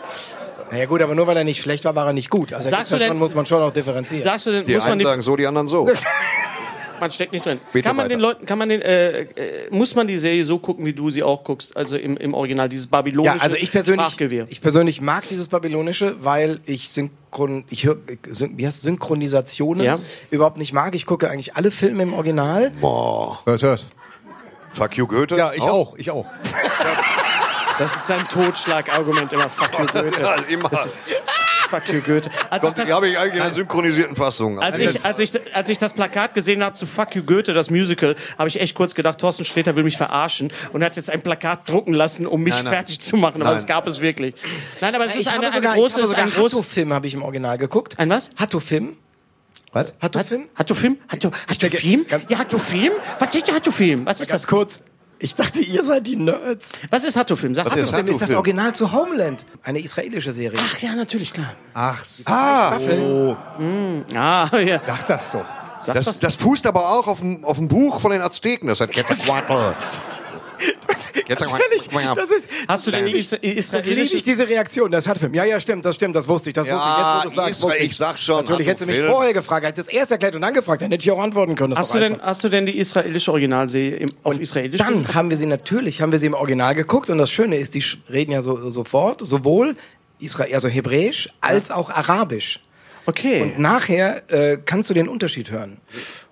Naja gut, aber nur weil er nicht schlecht war, war er nicht gut. Also
Sagst
da
du
gibt's ja
denn-
schon, muss man schon auch differenzieren.
Sagst du denn,
Die
muss man
einen
die,
sagen so, die anderen so.
man steckt nicht drin.
Bitte
kann man
weiter.
den Leuten, kann man den, äh, äh, muss man die Serie so gucken, wie du sie auch guckst, also im, im Original, dieses babylonische
Ja, also ich persönlich,
Sprachgewirr.
ich persönlich mag dieses Babylonische, weil ich Synchron, ich höre, wie heißt Synchronisationen
Ja.
überhaupt nicht mag. Ich gucke eigentlich alle Filme im Original.
hört, hört.
Fuck you, Goethe.
Ja, ich auch, ich auch.
Das ist dein Totschlagargument immer, fuck you Goethe.
Ja, immer.
Fuck you Goethe. Als ich
Kommt,
das,
die habe ich eigentlich in der synchronisierten Fassung.
als ich, als, ich, als ich das Plakat gesehen habe zu Fuck You Goethe, das Musical, habe ich echt kurz gedacht, Thorsten Sträter will mich verarschen und hat jetzt ein Plakat drucken lassen, um mich
Nein, nein.
fertig zu machen. Aber
Nein.
es gab es wirklich. Nein, aber es ist
ich
eine,
habe
eine
sogar,
große...
ich habe
es ist
sogar
ein groß,
Hatto-Film habe ich im Original geguckt.
Ein was?
Hatto-Film.
Was?
Hatto-Film?
Hat du Film? Hat du, hat du
denke,
Film?
ganz-
Ja, hat du Film? Was ist hat du Film? Was ist das?
Ganz kurz. Ich dachte, ihr seid die Nerds.
Was ist hat du Film? Sag
Was ist
Hatto-Film.
Hatto-Film ist das
Hatto-Film.
Original zu Homeland. Eine israelische Serie.
Ach ja, natürlich, klar.
Ach, ah, oh,
Ah, ja.
sag das doch.
Sag
das, das fußt aber auch auf dem, auf dem Buch von den Azteken. Das hat Quetzalcoatl.
Ganz ehrlich, das ist,
Hast du denn die Is
Das liebe ich,
israelische...
diese Reaktion. Das hat Film. Ja, ja, stimmt, das stimmt, das wusste ich, das wusste ich.
Ja,
Jetzt, wo du's sagst,
Israel,
wusste
ich sag schon,
Natürlich
Arthur
hättest du mich
Film.
vorher gefragt. Hättest du es erst erklärt und dann gefragt, dann hätte ich auch antworten können. Das
Hast
war
du, denn,
einfach.
hast du denn die israelische Originalserie im, auf israelisch gesehen?
Dann haben wir sie natürlich, haben wir sie im Original geguckt und das Schöne ist, die sch- reden ja so, sofort sowohl Israel, also Hebräisch als auch Arabisch.
Okay.
Und nachher äh, kannst du den Unterschied hören.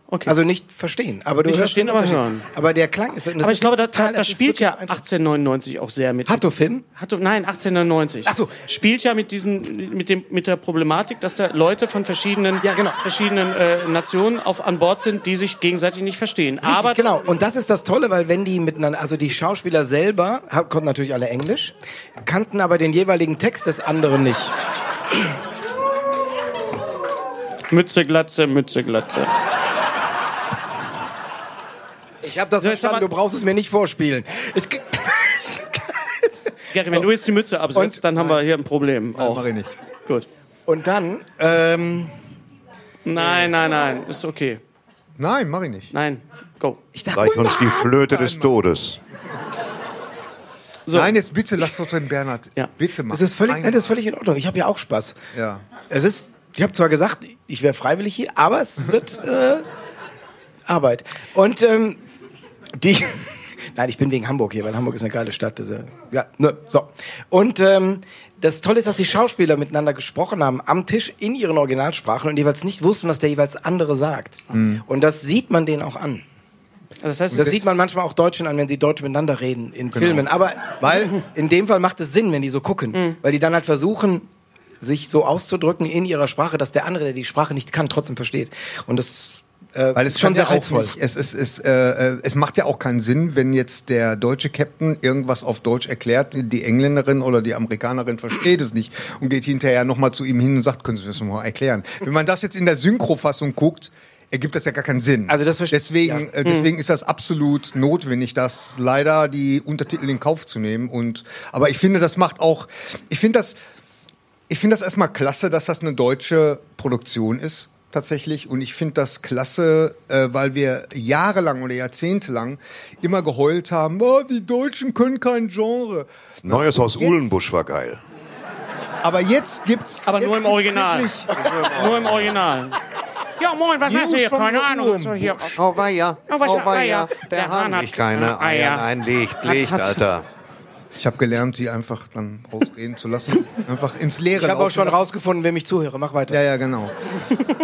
Okay.
Also nicht verstehen, aber du
Nicht
hörst
verstehen,
den
aber
Unterschied.
hören.
Aber der Klang ist. und das
aber
ist
ich glaube, da,
total-
da,
das
das
ist
spielt
wirklich
ja
einfach-
1899 auch sehr mit.
Hatto Film?
Hat, nein, 1899.
Ach so.
Spielt ja mit diesen, mit dem, mit der Problematik, dass da Leute von verschiedenen,
Ja, genau.
verschiedenen äh, Nationen auf an Bord sind, die sich gegenseitig nicht verstehen.
Richtig,
aber
genau. Und das ist das Tolle, weil wenn die miteinander, also die Schauspieler selber hab- konnten natürlich alle Englisch, kannten aber den jeweiligen Text des anderen nicht.
Mütze Glatze, Mütze Glatze.
Ich habe das
So, jetzt
verstanden.
aber-
Du brauchst es mir nicht vorspielen. Ich, k-
Gary, wenn du jetzt die Mütze absetzt,
Und- Äh,
dann haben wir hier ein Problem. auch.
Mach ich nicht.
Gut.
und dann, ähm,
Nein, nein, nein, ist okay.
Nein, mach ich nicht.
Nein, go.
ich dachte,
Reich uns die Flöte des Todes.
So.
Nein, jetzt bitte, lass doch den Bernhard.
Ja.
Bitte mal.
das ist völlig,
Ein-
nein, das ist völlig in Ordnung. Ich habe ja auch Spaß.
Ja.
Es ist, ich habe zwar gesagt, ich wäre freiwillig hier, aber es wird, äh, Arbeit. Und ähm, die. Nein, ich bin wegen Hamburg hier, weil Hamburg ist eine geile Stadt. Das, ist, äh, ja, ne, so. Und ähm, das Tolle ist, dass die Schauspieler miteinander gesprochen haben am Tisch in ihren Originalsprachen und jeweils nicht wussten, was der jeweils andere sagt. Und das sieht man denen auch an.
Das heißt,
Das sieht man manchmal auch Deutschen an, wenn sie Deutsch miteinander reden in Filmen. Aber
Weil-
in dem Fall macht es Sinn, wenn die so gucken, weil die dann halt versuchen, sich so auszudrücken in ihrer Sprache, dass der andere, der die Sprache nicht kann, trotzdem versteht. Und das äh,
Weil
ist
es
schon
schon
sehr
ja auch
reizvoll.
nicht, es, es, es, äh, äh, es macht ja auch keinen Sinn, wenn jetzt der deutsche Captain irgendwas auf Deutsch erklärt, die Engländerin oder die Amerikanerin versteht es nicht und geht hinterher nochmal zu ihm hin und sagt, können Sie mir das mal erklären. Wenn man das jetzt in der Synchrofassung guckt, ergibt das ja gar keinen Sinn.
Also das verste-
deswegen,
ja.
äh, deswegen ist das absolut notwendig, das leider die Untertitel in Kauf zu nehmen. Und aber ich finde, das macht auch, ich finde das, ich finde das erstmal klasse, dass das eine deutsche Produktion ist, tatsächlich. Und ich finde das klasse, äh, weil wir jahrelang oder jahrzehntelang immer geheult haben, oh, die Deutschen können kein Genre.
Neues aus
Jetzt-
Uhlenbusch war geil.
Aber jetzt gibt's.
Aber
jetzt
nur im
gibt's
Original.
wirklich-
nur im Original. Ja, moin, was machst du hier? Keine Ahnung. was soll hier.
Oh weia,
Oh, was- oh, weia. Der Hahn hat
Ich keine
keine
Eier.
Eier.
Ein Licht, Licht,
Hat- hat-
Alter.
Ich habe gelernt, sie einfach dann ausreden zu lassen. Einfach ins Leere
Ich habe auch
laufen
schon
lassen.
rausgefunden, wem ich zuhöre. Mach weiter.
Ja, ja, genau.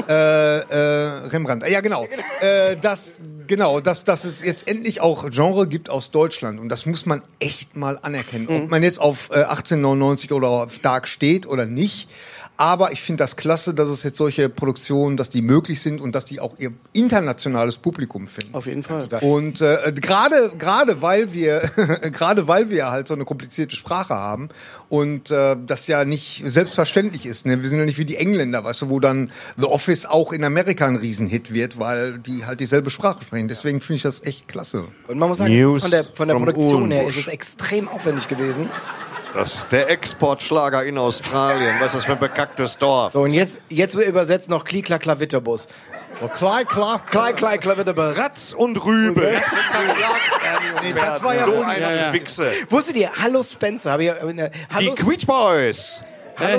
äh, äh, Rembrandt. Ja, genau. Äh, das, genau, dass, dass es jetzt endlich auch Genre gibt aus Deutschland. Und das muss man echt mal anerkennen. Ob man jetzt auf äh, 1899 oder auf Dark steht oder nicht. Aber ich finde das klasse, dass es jetzt solche Produktionen, dass die möglich sind und dass die auch ihr internationales Publikum finden.
Auf jeden Fall.
Und äh, gerade gerade weil wir gerade weil wir halt so eine komplizierte Sprache haben und äh, das ja nicht selbstverständlich ist. Ne? Wir sind ja nicht wie die Engländer, weißt du, wo dann The Office auch in Amerika ein Riesenhit wird, weil die halt dieselbe Sprache sprechen. Deswegen finde ich das echt klasse.
Und man muss sagen, es ist
News
von der, von der
from
Produktion her
Uhlenbusch.
ist es extrem aufwendig gewesen.
Das, der Exportschlager in Australien. Was ist das für ein bekacktes Dorf?
So, und jetzt, jetzt übersetzt noch Klikla Klavitterbus.
Oh, klar, klar,
Klei, klei, Klavitterbus.
Ratz und Rübe. Ratz und Kajak.
Nee, das war ja-
so
Ja, ja.
eine Wichse.
Wusstet ihr, Hallo Spencer, habe ich ja, äh,
Die
Hallo,
Queech Boys.
Hallo,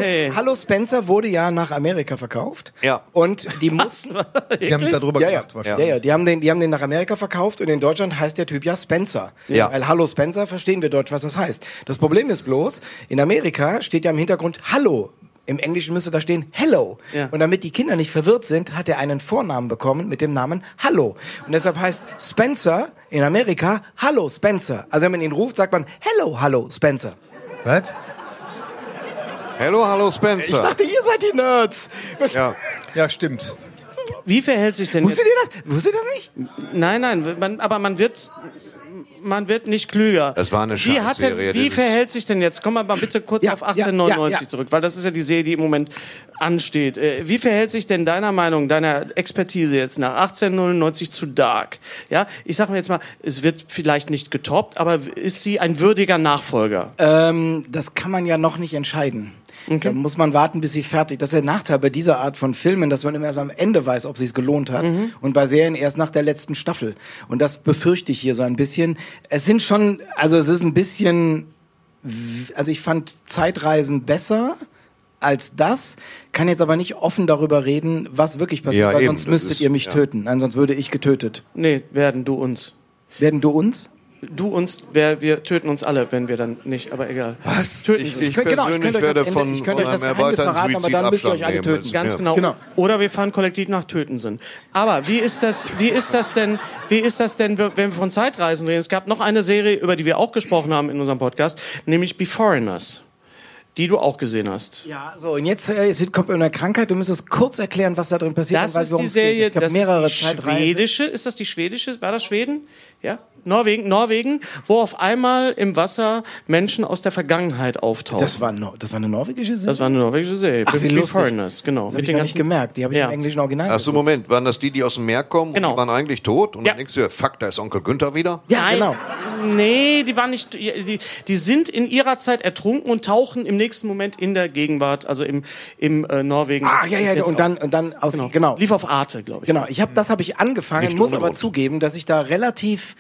Hey.
Hallo Spencer wurde ja nach Amerika verkauft.
Ja.
Und die mussten,
die haben darüber
ja, ja,
gelacht
ja,
wahrscheinlich.
ja, die haben den, die haben den nach Amerika verkauft und in Deutschland heißt der Typ ja Spencer.
Ja.
Weil Hallo Spencer verstehen wir Deutsch, was das heißt. Das Problem ist bloß, in Amerika steht ja im Hintergrund Hallo. Im Englischen müsste da stehen Hello.
Ja.
Und damit die Kinder nicht verwirrt sind, hat er einen Vornamen bekommen mit dem Namen Hallo. Und deshalb heißt Spencer in Amerika Hallo Spencer. Also wenn man ihn ruft, sagt man Hello, Hallo Spencer.
Was?
Hello, hallo
Ich
Spencer.
dachte, ihr seid die Nerds.
Ja.
Ja, stimmt.
Wie verhält sich denn
Wusstet
jetzt?
ihr das? Wusstet ihr das nicht?
Nein, nein, man, aber man wird, man wird nicht klüger.
Das war eine
wie hat denn,
Scheißserie,
Wie
dieses-
verhält sich denn jetzt? Komm mal mal bitte kurz
Ja,
auf
ja,
1899
ja, ja.
zurück, weil das ist ja die Serie, die im Moment ansteht. Äh, Wie verhält sich denn deiner Meinung, deiner Expertise jetzt nach 1899 zu Dark? Ja, ich sag mal jetzt mal, es wird vielleicht nicht getoppt, aber ist sie ein würdiger Nachfolger?
Ähm, das kann man ja noch nicht entscheiden. Da muss man warten, bis sie fertig. Das ist der Nachteil bei dieser Art von Filmen, dass man immer erst am Ende weiß, ob sie es gelohnt hat. Und bei Serien erst nach der letzten Staffel. Und das befürchte ich hier so ein bisschen. Es sind schon, also es ist ein bisschen, w- also ich fand Zeitreisen besser als das, kann jetzt aber nicht offen darüber reden, was wirklich passiert,
Ja,
weil
eben,
sonst
das
müsstet
ist-
ihr mich
ja.
töten. Nein, sonst würde ich getötet.
Nee, werden du uns.
Werden du uns?
Du uns, wer, wir töten uns alle, wenn wir dann nicht, aber egal. Was? Töten
Ich,
sie.
ich
könnt- genau, ich
persönlich
könnte euch das
werde
Ende-
von,
ich könnte
von
euch das
einem
Geheimnis
erweiteren
verraten, aber
Suizid
dann müsst ihr euch
Abstand
alle
nehmen
töten.
müssen.
Ganz
Ja.
genau.
Genau.
Oder wir fahren kollektiv nach Tötensinn. Aber wie ist das, wie ist das denn, wie ist das denn, wenn wir von Zeitreisen reden? Es gab noch eine Serie, über die wir auch gesprochen haben in unserem Podcast, nämlich Be Foreigners, die du auch gesehen hast.
Ja, so, und jetzt äh, es kommt eine Krankheit, du müsstest kurz erklären, was da drin passiert.
Das
und weiß,
ist
worum
die
es geht.
Serie,
es gab
das
mehrere
ist die
Zeitreisen.
schwedische, ist das die schwedische, war das Schweden? Ja, Norwegen, Norwegen, wo auf einmal im Wasser Menschen aus der Vergangenheit auftauchen.
Das war, no das war eine norwegische Serie?
Das war eine norwegische Serie.
Ach, wie
Be
lustig.
Foreigners, genau.
Das habe ich gar nicht gemerkt. Die habe ich
Ja.
im englischen Original
Ach so,
gesehen.
Moment, waren das die, die aus dem Meer kommen und
Genau.
die waren eigentlich tot? Und
Ja.
dann denkst du, dir, fuck, da ist Onkel Günther wieder?
Ja,
Nein,
genau.
Nee, die waren nicht. Die, die sind in ihrer Zeit ertrunken und tauchen im nächsten Moment in der Gegenwart, also im, im äh, Norwegen.
Ach
Das
Ah, ja,
ist
ja,
jetzt
und
auch-
dann, und dann aus,
Genau.
genau. genau.
Lief auf Arte, glaube ich.
Ich hab, das habe ich angefangen,
Nicht
muss
ohne
aber
Grund.
zugeben, dass ich da relativ,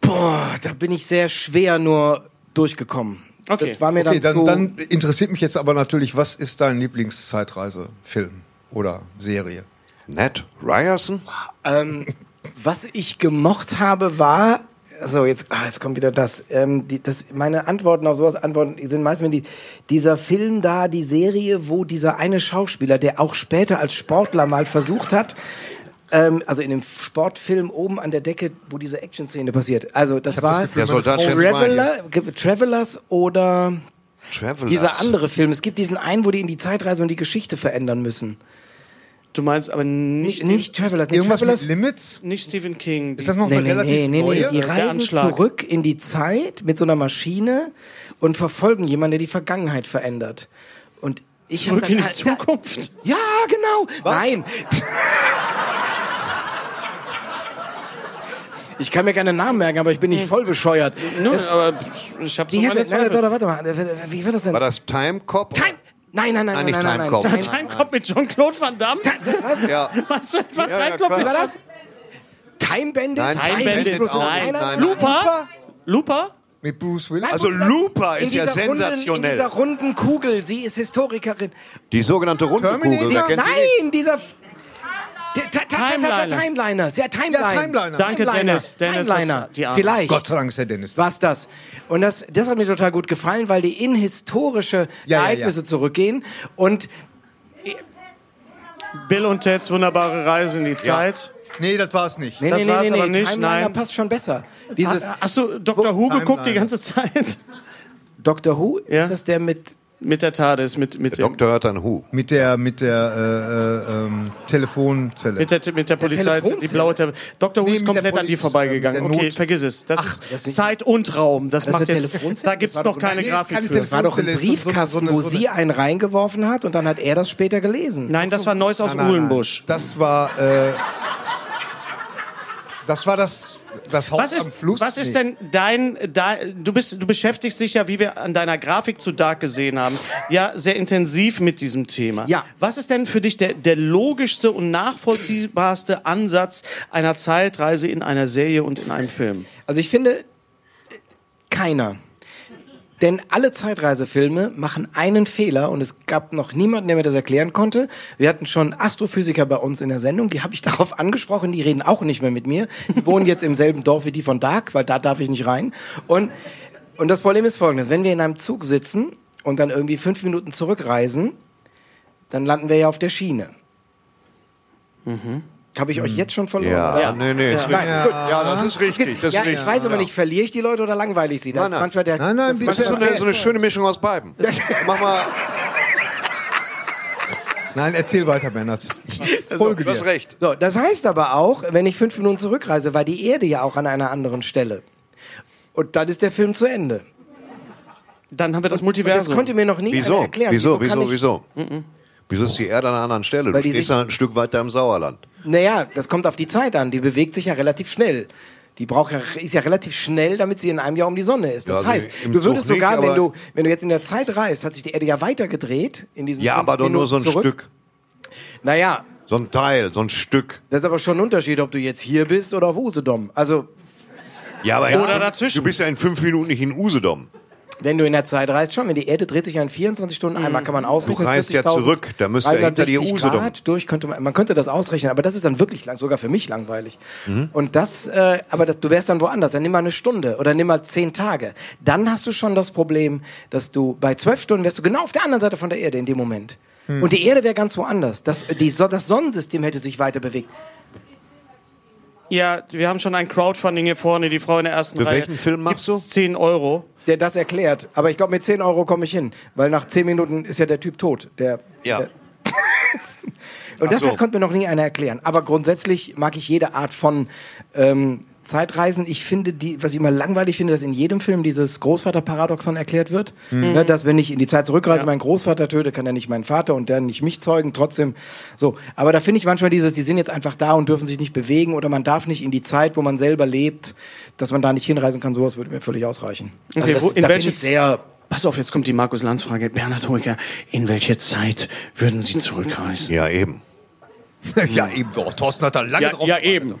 boah, da bin ich sehr schwer nur durchgekommen.
Okay.
Das war mir
Okay, dann,
dann, zu,
dann interessiert mich jetzt aber natürlich, was ist dein Lieblingszeitreisefilm oder Serie?
Ned Ryerson?
Ähm, Was ich gemocht habe, war. So, jetzt, ah, jetzt kommt wieder das. Ähm, die, das. Meine Antworten auf sowas Antworten sind meistens die, dieser Film da, die Serie, wo dieser eine Schauspieler, der auch später als Sportler mal versucht hat, ähm, also in dem Sportfilm oben an der Decke, wo diese Action-Szene passiert. Also, das war
Der Soldat schätzt
Traveler, Travelers oder
Travelers.
dieser andere Film. Es gibt diesen einen, wo die in die Zeit reisen und die Geschichte verändern müssen.
Du meinst aber nicht,
Nicht, nicht Travelers. Nicht
Irgendwas
Travelers.
mit Limits?
nicht Stephen King.
Ist das noch eine relativ neue?
die
Der
reisen
Anschlag.
zurück in die Zeit mit so einer Maschine und verfolgen jemanden, der die Vergangenheit verändert. Und ich hab
Zurück
dann- halt-
in die Zukunft?
Ja, genau. Nein. Ich kann mir keine Namen merken, aber ich bin nicht voll bescheuert.
Nun,
Es-
aber pff, ich habe so
wie heißt
meine
das? Nein,
Zweifel.
warte, warte mal. Wie war das denn?
War das Time Cop?
Time. Nein, nein,
Nein,
nein, nein,
nicht
nein, nein,
Timecop.
nein.
Time Cop mit Jean-Claude Van Damme?
Was?
Ja.
Meinst du etwa
Ja, ja,
Time Cop
klar.
Wie
mit
war das? Time Bandit?
Nein, Time
Time
Nein,
Bandit?
Bandit auch.
Nein.
Nein, nein,
Looper? Looper?
Mit Bruce Willis?
Also Looper
In
ist ja
dieser runden- In
sensationell.
dieser runden Kugel, sie ist Historikerin.
Die sogenannte Rundenkugel, wer kennt sie nicht?
Nein, dieser. Der- ta- ta- ta- ta-
Timeliners.
Timeliners. Ja, Timeline.
Ja, Timeliner.
Danke,
Timeliner.
Dennis. Dennis
Timeliner.
hat's- die Arme.
Vielleicht.
Gott sei Dank ist der Dennis. da.
War's das. Und das, das hat mir total gut gefallen, weil die in historische
Ja, ja, ja.
Ereignisse zurückgehen. Und
Bill und Ted's wunderbare Reise in die Zeit.
Nee, das war's nicht.
nee,
Das
nee,
war's
nee, nee,
aber
nee,
nicht,
Timeliner
nein.
passt schon besser. Dieses
Äh, Ach- Achso, Dr. Who geguckt die
Timeline.
ganze Zeit.
Doctor Who,
Ja.
ist das der mit
Mit der TARDIS, mit, mit,
Der
dem,
Doktor hört ein Hu.
Mit der, mit der äh, äh, ähm, Telefonzelle.
mit der, mit der Polizei,
Telefonzelle?
die blaue Tele Dr. Who
Nee,
ist
mit
komplett
der
an dir
Poliz-
vorbeigegangen.
äh, mit der
Okay,
Not-
vergiss es. Das ist
das nicht-
Zeit und Raum. Das
das
macht
eine
jetzt,
Telefonzelle?
da gibt's
Das war
noch
doch-
keine
Nee, ist
Grafik
keine
für.
Telefon-
war doch ein
Funzel ist und so eine- so
Briefkasten,
eine-
wo
so eine-
sie einen reingeworfen hat und dann hat er das später gelesen.
Nein, das war Neues aus
Nein, nein,
Uhlenbusch.
nein. Das war, äh, das war das, das Haus
Was ist,
am Fluss.
was ist
Nee.
denn dein, dein du, bist, du beschäftigst dich ja, wie wir an deiner Grafik zu Dark gesehen haben, ja sehr intensiv mit diesem Thema.
Ja.
Was ist denn für dich der, der logischste und nachvollziehbarste Ansatz einer Zeitreise in einer Serie und in einem Film?
Also ich finde, keiner. Denn alle Zeitreisefilme machen einen Fehler und es gab noch niemanden, der mir das erklären konnte. Wir hatten schon Astrophysiker bei uns in der Sendung, die habe ich darauf angesprochen, die reden auch nicht mehr mit mir. Die wohnen jetzt im selben Dorf wie die von Dark, weil da darf ich nicht rein. Und, und das Problem ist folgendes, wenn wir in einem Zug sitzen und dann irgendwie fünf Minuten zurückreisen, dann landen wir ja auf der Schiene. Habe ich euch jetzt schon verloren? oder?
Ja, nee, nee. ist richtig. Ja, das ist richtig. Das ist
Ja,
richtig.
ich weiß aber nicht, verliere ich die Leute oder langweile ich sie?
Nein,
Das
nein.
ist manchmal der,
Nein, nein,
das ist
bitte.
Das ist so
manchmal
eine, so eine schöne Mischung aus beiden. Mach mal,
Nein, erzähl weiter, Bernhard. Ich
Also,
folge
du hast
dir.
recht.
So, das heißt aber auch, wenn ich fünf Minuten zurückreise, war die Erde ja auch an einer anderen Stelle. Und dann ist der Film zu Ende.
Dann haben wir das
Und das
Multiversum.
konnte mir noch nie einer
Wieso?
erklären.
Wieso,
kann
wieso,
ich-
wieso? Wieso ist die Erde an einer anderen Stelle? Du
Weil die
stehst
sich-
da ein Stück weiter im Sauerland.
Naja, das kommt auf die Zeit an. Die bewegt sich ja relativ schnell. Die braucht ja, ist ja relativ schnell, damit sie in einem Jahr um die Sonne ist. Das
Ja,
heißt,
im
du
Zug
würdest sogar,
nicht,
wenn
aber-
du, wenn du jetzt in der Zeit reist, hat sich die Erde ja weitergedreht in diesen
Ja,
fünf
aber doch nur
Minuten
so ein
zurück.
Stück.
Naja,
So ein Teil, so ein Stück.
das ist aber schon ein Unterschied, ob du jetzt hier bist oder auf Usedom. Also,
Ja, aber
Oder dazwischen.
Du bist ja in fünf Minuten nicht in Usedom.
Wenn du in der Zeit reist, schon, wenn die Erde dreht sich ja in 24 Stunden einmal, kann man
Du
ausrechnen.
reist ja
40.000,
zurück, da müsste ja hinter dir
360
Usedom.
Grad durch könnte man, man könnte das ausrechnen, aber das ist dann wirklich lang, sogar für mich langweilig.
Mhm.
Und das, äh, aber das, du wärst dann woanders, dann nimm mal eine Stunde oder nimm mal zehn Tage. Dann hast du schon das Problem, dass du bei zwölf Stunden wärst du genau auf der anderen Seite von der Erde in dem Moment.
Hm.
Und die Erde wäre ganz woanders. Das, die, So- das Sonnensystem hätte sich weiter bewegt.
Ja, wir haben schon ein Crowdfunding hier vorne, die Frau in der ersten
Für
Reihe.
welchen Film machst
Gibt's 10 Euro.
Der das erklärt. Aber ich glaube, mit 10 Euro komme ich hin, weil nach 10 Minuten ist ja der Typ tot. Der,
Ja.
Der, Und
Ach
das
so.
konnte mir noch nie einer erklären. Aber grundsätzlich mag ich jede Art von ähm, Zeitreisen. Ich finde die, was ich immer langweilig finde, dass in jedem Film dieses Großvaterparadoxon erklärt wird.
Mhm.
Ne, dass wenn ich in die Zeit zurückreise, meinen Großvater töte, kann er nicht meinen Vater und der nicht mich zeugen. Trotzdem so. Aber da finde ich manchmal dieses, die sind jetzt einfach da und dürfen sich nicht bewegen oder man darf nicht in die Zeit, wo man selber lebt, dass man da nicht hinreisen kann. Sowas würde mir völlig ausreichen.
Okay,
Also das,
wo- in
da bin
welches-
ich sehr
Pass auf, jetzt kommt die Markus-Lanz-Frage. Bernhard Hoeker, in welche Zeit würden Sie zurückreisen?
Ja, eben.
ja, eben doch. Thorsten hat da lange
Ja,
drauf
ja
gewartet.
eben.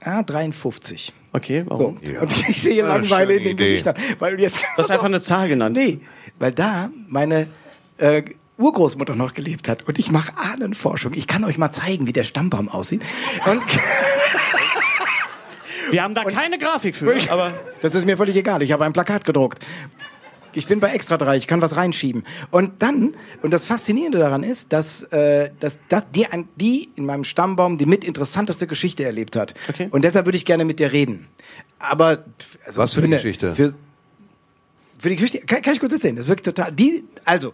1953.
Okay, warum?
Und ich sehe Langeweile in den
Idee.
Gesichtern. Weil jetzt
Du hast einfach eine Zahl genannt.
Nee, weil da meine äh, Urgroßmutter noch gelebt hat und ich mache Ahnenforschung. Ich kann euch mal zeigen, wie der Stammbaum aussieht. Und
Wir haben da keine Grafik für, aber
das ist mir völlig egal. Ich habe ein Plakat gedruckt. Ich bin bei Extra 3, ich kann was reinschieben. Und dann, und das Faszinierende daran ist, dass, äh, dass, dass die, an- die in meinem Stammbaum die mit interessanteste Geschichte erlebt hat.
Okay.
Und deshalb würde ich gerne mit dir reden. Aber also
Was für eine
eine-
Geschichte?
Für, für die Geschichte, kann, kann ich kurz erzählen, das wirkt total. Die, also,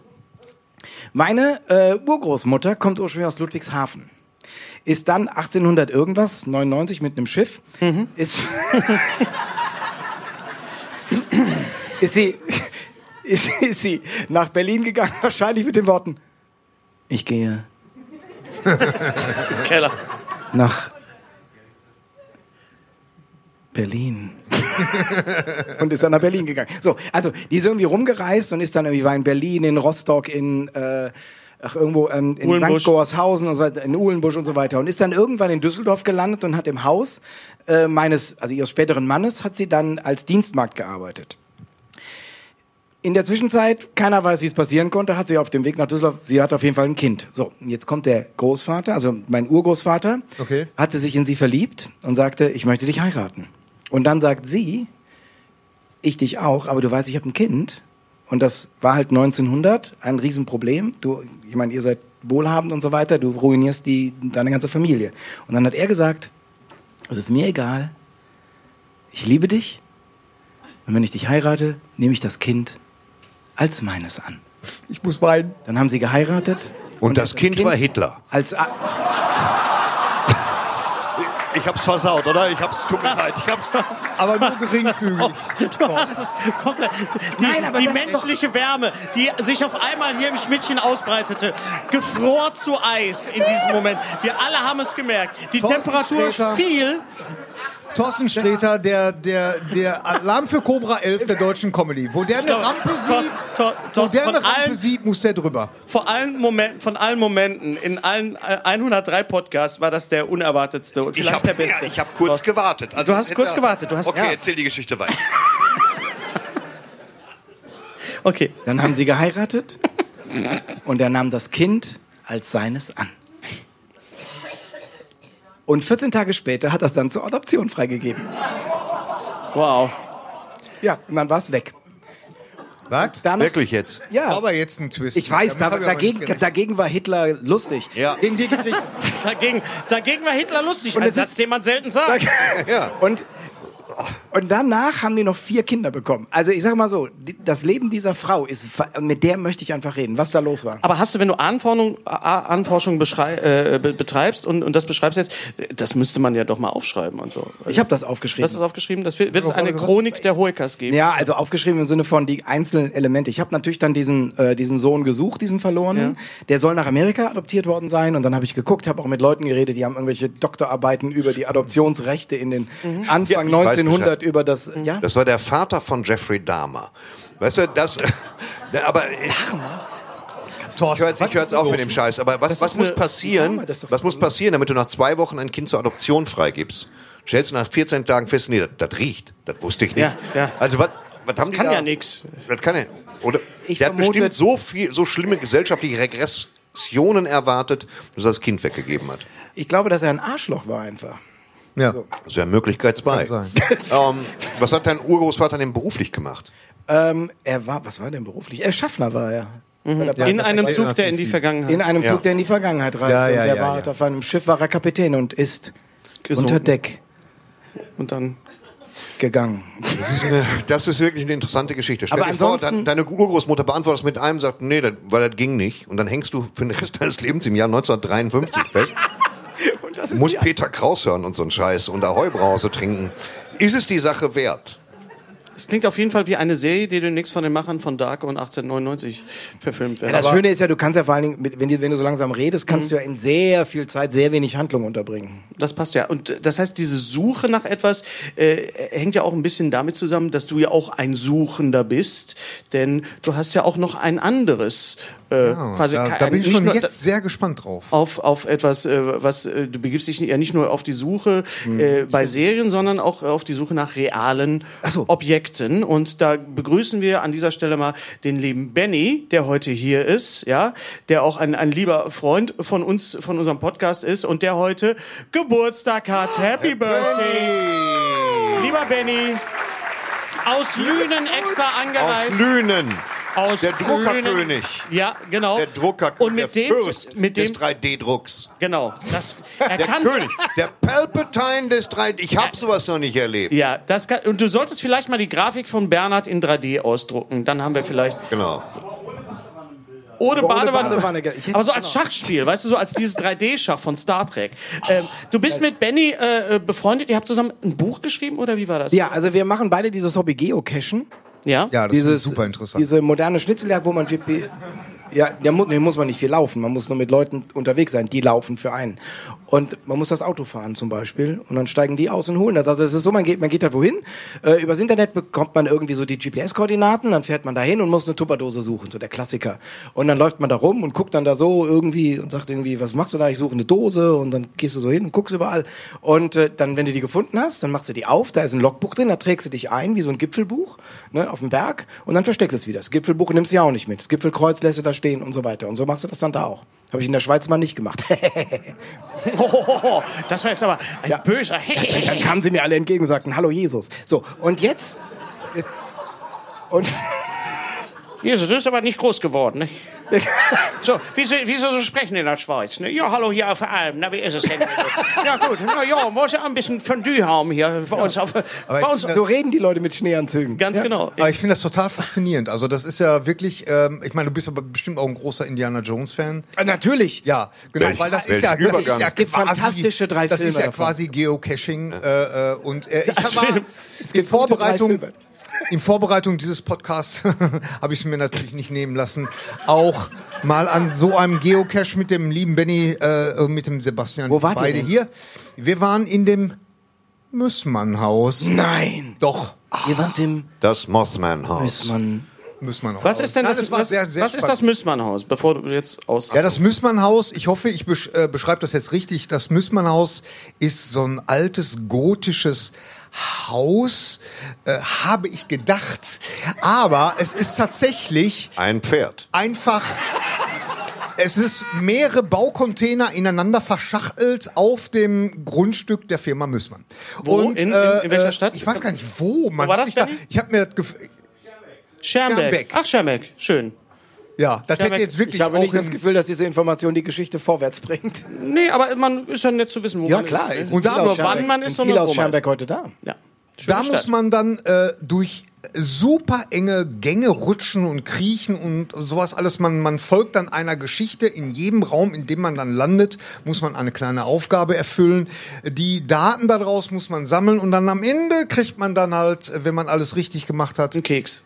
meine äh, Urgroßmutter kommt ursprünglich aus Ludwigshafen. Ist dann 1800 irgendwas, 99 mit einem Schiff,
Mhm.
ist, ist sie, ist, ist sie nach Berlin gegangen, wahrscheinlich mit den Worten, ich gehe
Keller.
nach Berlin. und ist dann nach Berlin gegangen. So, also die ist irgendwie rumgereist und ist dann irgendwie war in Berlin, in Rostock, in äh, ach, irgendwo ähm, in
Uhlenbusch.
St. Goarshausen und so weiter, in Uhlenbusch und so weiter und ist dann irgendwann in Düsseldorf gelandet und hat im Haus äh, meines, also ihres späteren Mannes, hat sie dann als Dienstmarkt gearbeitet. In der Zwischenzeit, keiner weiß, wie es passieren konnte, hat sie auf dem Weg nach Düsseldorf, sie hat auf jeden Fall ein Kind. So, jetzt kommt der Großvater, also mein Urgroßvater,
Okay.
hatte sich in sie verliebt und sagte, ich möchte dich heiraten. Und dann sagt sie, ich dich auch, aber du weißt, ich habe ein Kind. Und das war halt 1900 ein Riesenproblem. Du, ich meine, ihr seid wohlhabend und so weiter, du ruinierst die, deine ganze Familie. Und dann hat er gesagt, es ist mir egal, ich liebe dich und wenn ich dich heirate, nehme ich das Kind als meines an.
Ich muss weinen.
Dann haben sie geheiratet.
Und das Kind war Hitler.
Als A
Ich hab's versaut, oder? Ich hab's, tut mir leid, ich hab's.
Aber nur geringfügig.
Du hast es komplett. Die,
Nein, aber
die
das ist
menschliche Wärme, die sich auf einmal hier im Schmidtchen ausbreitete, gefror zu Eis in diesem Moment. Wir alle haben es gemerkt. Die
Thorsten
Temperatur
Sträter.
fiel.
Thorsten Sträter, der, der, der Alarm für Cobra 11 der deutschen Comedy. Wo der eine
glaub,
Rampe
Thorsten-
sieht,
Thor-
wo
Thorsten,
der eine
von
Rampe
allen-
sieht, muss der drüber.
Vor allen Momenten, von allen Momenten in allen äh, 103 Podcasts war das der unerwartetste und vielleicht der beste.
ich hab kurz
Thorsten.
gewartet. Also
Du hast
hätte-
kurz gewartet, du hast-
okay,
ja.
erzähl die Geschichte weiter.
Okay.
Dann haben sie geheiratet und er nahm das Kind als seines an. Und 14 Tage später hat er es dann zur Adoption freigegeben.
Wow.
Ja, und dann war es weg.
Was?
Danach,
Wirklich jetzt?
Ja,
Aber jetzt ein Twist.
ich weiß,
Damit
da,
hab ich aber
dagegen,
nicht gerechnet.
dagegen war Hitler lustig.
Ja.
Gegen die Geschichte.
Dagegen, dagegen war Hitler lustig,
Und
ein
es ist-
Satz, den man selten sagt.
Ja.
Und, und danach haben die noch vier Kinder bekommen. Also ich sag mal so, die, das Leben dieser Frau ist, mit der möchte ich einfach reden, was da los war.
Aber hast du, wenn du Anforderung, A- Anforschung beschrei- äh, be- betreibst und, und das beschreibst jetzt, das müsste man ja doch mal aufschreiben und so.
Ich habe das aufgeschrieben.
Hast du das aufgeschrieben? Das wird, wird es
vorhin
eine
gesagt.
Chronik der Hoekers geben.
ja, also aufgeschrieben im Sinne von die einzelnen Elemente. Ich habe natürlich dann diesen äh, diesen Sohn gesucht, diesen verlorenen. Der soll nach Amerika adoptiert worden sein und dann habe ich geguckt, habe auch mit Leuten geredet, die haben irgendwelche Doktorarbeiten über die Adoptionsrechte in den Anfang
Ja, ich weiß
1900
Bescheid.
über das ja.
Das war der Vater von Jeffrey Dahmer. Weißt du, das. Ja, aber ich
Thorsten,
höre jetzt, ich höre jetzt auf mit dem Scheiß. Aber was, was muss
eine-
passieren?
Ja, das ist doch-
was muss passieren, damit du nach zwei Wochen ein Kind zur Adoption freigibst? stellst du nach 14 Tagen fest, nee, das, das riecht. Das wusste ich nicht.
Ja, ja.
Also was, was haben die
kann
da?
ja nix.
Das kann ja. Oder
Ich
der hat
vermute-
bestimmt so viel, so schlimme gesellschaftliche Regressionen erwartet, dass er das Kind weggegeben hat.
Ich glaube, dass er ein Arschloch war einfach.
Ja.
Das ist ja Möglichkeit zwei.
sein.
Ähm, was hat dein Urgroßvater denn beruflich gemacht?
Ähm, er war, was war denn beruflich? Er Schaffner war er. Weil er
In
Bahnhof-
einem Zug, der in die Vergangenheit.
in einem Zug,
Ja.
der in die Vergangenheit reist.
Ja, ja,
und der
ja,
war halt
ja.
auf einem Schiff war er Kapitän und ist
Gesunken.
unter Deck
Und dann.
gegangen.
Das ist, eine, das ist wirklich eine interessante Geschichte. Stell
Aber
dir vor,
ansonsten-
dein, deine Urgroßmutter beantwortet es mit einem, sagt, nee, das, weil das ging nicht. Und dann hängst du für den Rest deines Lebens im Jahr 1953 fest.
Und das
Muss Peter Kraus hören und so einen Scheiß und Ahoi-Brause trinken. Ist es die Sache wert?
Es klingt auf jeden Fall wie eine Serie, die demnächst von den Machern von Dark und 1899 verfilmt wird.
das Schöne ist ja, du kannst ja vor allen Dingen, mit- wenn, du- wenn du so langsam redest, kannst du ja in sehr viel Zeit sehr wenig Handlung unterbringen.
Das passt ja. Und äh, das heißt, diese Suche nach etwas äh, hängt ja auch ein bisschen damit zusammen, dass du ja auch ein Suchender bist, denn du hast ja auch noch ein anderes. Äh, quasi
Da,
kein-
da bin ich
nicht
schon
nur-
jetzt sehr gespannt drauf.
auf, auf etwas, äh, was äh, du begibst dich ja nicht nur auf die Suche
Hm.
äh, bei Serien, sondern auch äh, auf die Suche nach realen Objekten. Und da begrüßen wir an dieser Stelle mal den lieben Benny, der heute hier ist, ja, der auch ein, ein lieber Freund von uns, von unserem Podcast ist und der heute Geburtstag hat. Happy Birthday! Lieber Benny! Aus Lünen extra angereist.
Aus Lünen.
Aus
Der
Lünen.
Druckerkönig.
Ja, genau.
Der Druckerkönig.
Und mit
der
dem,
Fürst
mit dem
des 3D-Drucks.
Genau. Das, er
Der
kann,
König. Der Palpatine des 3D. Ich hab sowas noch nicht erlebt.
Ja, das kann, und du solltest vielleicht mal die Grafik von Bernhard in 3D ausdrucken. Dann haben wir vielleicht
Genau.
ohne Badewanne.
Badewanne, ge- ich hätte-
aber so als Schachspiel, weißt du, so als dieses 3D-Schach von Star Trek. Ähm, du bist mit Benny äh, äh, befreundet. Ihr habt zusammen ein Buch geschrieben oder wie war das?
Ja, also wir machen beide dieses Hobby Geocachen.
Ja.
Ja, das
dieses,
ist super interessant.
Diese moderne Schnitzeljagd, wo man GP. Ja, da muss, nee, muss man nicht viel laufen. Man muss nur mit Leuten unterwegs sein, die laufen für einen. Und man muss das Auto fahren zum Beispiel. Und dann steigen die aus und holen das. Also es ist so, man geht, man geht da wohin. Äh, übers Internet bekommt man irgendwie so die GPS-Koordinaten, dann fährt man da hin und muss eine Tupperdose suchen, so der Klassiker. Und dann läuft man da rum und guckt dann da so irgendwie und sagt irgendwie, was machst du da? Ich suche eine Dose und dann gehst du so hin und guckst überall. Und äh, dann, wenn du die gefunden hast, dann machst du die auf, da ist ein Logbuch drin, da trägst du dich ein wie so ein Gipfelbuch ne, auf dem Berg und dann versteckst du es wieder. Das Gipfelbuch nimmst du ja auch nicht mit. Das Gipfelkreuz lässt du da stehen und so weiter. Und so machst du das dann da auch. Habe ich in der Schweiz mal nicht gemacht.
Hohoho, das war jetzt aber ein
Ja.
böser.
dann kamen sie mir alle entgegen und sagten, hallo Jesus. So, und jetzt... äh, Und
Jesus, du bist aber nicht groß geworden, nicht? So, wieso, wieso so sprechen in der Schweiz? Ne? Ja, hallo hier auf der Alm, na wie ist es denn? ja gut, na ja, muss ja ein bisschen Fondue haben hier bei uns. Auf, bei uns
so reden die Leute mit Schneeanzügen.
Ganz genau.
Aber ich finde das total faszinierend. Also das ist ja wirklich, ähm, ich meine, du bist aber bestimmt auch ein großer Indiana Jones Fan.
Äh, Natürlich.
Ja, genau,
Welch-
weil das
welch
ist ja, das ist
Übergang.
ja
Es
gibt
quasi,
fantastische drei
Das ist
Filme
ja
davon.
quasi Geocaching äh, äh, und äh, ich war
Film.
in
gibt gute drei
Vorbereitung
Filme.
in Vorbereitung dieses Podcasts habe ich es mir natürlich nicht nehmen lassen, auch mal an so einem Geocache mit dem lieben Benny äh, und mit dem Sebastian
Wo wart ihr
beide
denn?
hier. Wir waren in dem Müssmann-Haus.
Nein.
Doch,
Ihr wart im
Das Mothman-Haus.
Müssmann.
Müssmann-Haus.
Was ist denn
Nein,
das?
es war
was
sehr, sehr
was ist das
spannend.
Müssmannhaus, bevor du jetzt aus.
Ja, das Müssmannhaus, ich hoffe, ich besch äh, beschreibe das jetzt richtig. Das Müssmannhaus ist so ein altes gotisches Haus, äh, habe ich gedacht. Aber es ist tatsächlich
Ein Pferd.
einfach. Es ist mehrere Baucontainer ineinander verschachtelt auf dem Grundstück der Firma Müssmann.
Wo? In- in- in welcher
äh,
Stadt?
Ich weiß gar nicht, wo. Man
Wo war
hat
das,
mich da,
Benny?
ich habe mir das Gefühl,
Schermbeck.
Schermbeck.
Ach, Schermbeck, schön.
ja, das hätte
aber
jetzt wirklich
Ich habe
auch
nicht das
in-
Gefühl, dass diese Information die Geschichte vorwärts bringt.
Nee, aber man ist ja nett zu wissen, wo man ist.
es
Und
sind
da
viele
nur
aus Schermbeck-
wann man
es
ist,
sind
sondern
viele
wo
aus
man
Schermbeck heute da.
Ja. Schöne
Da muss
Stadt.
man dann äh, durch super enge Gänge rutschen und kriechen und sowas alles. Man, man folgt dann einer Geschichte. In jedem Raum, in dem man dann landet, muss man eine kleine Aufgabe erfüllen. Die Daten daraus muss man sammeln und dann am Ende kriegt man dann halt, wenn man alles richtig gemacht hat,
Keks.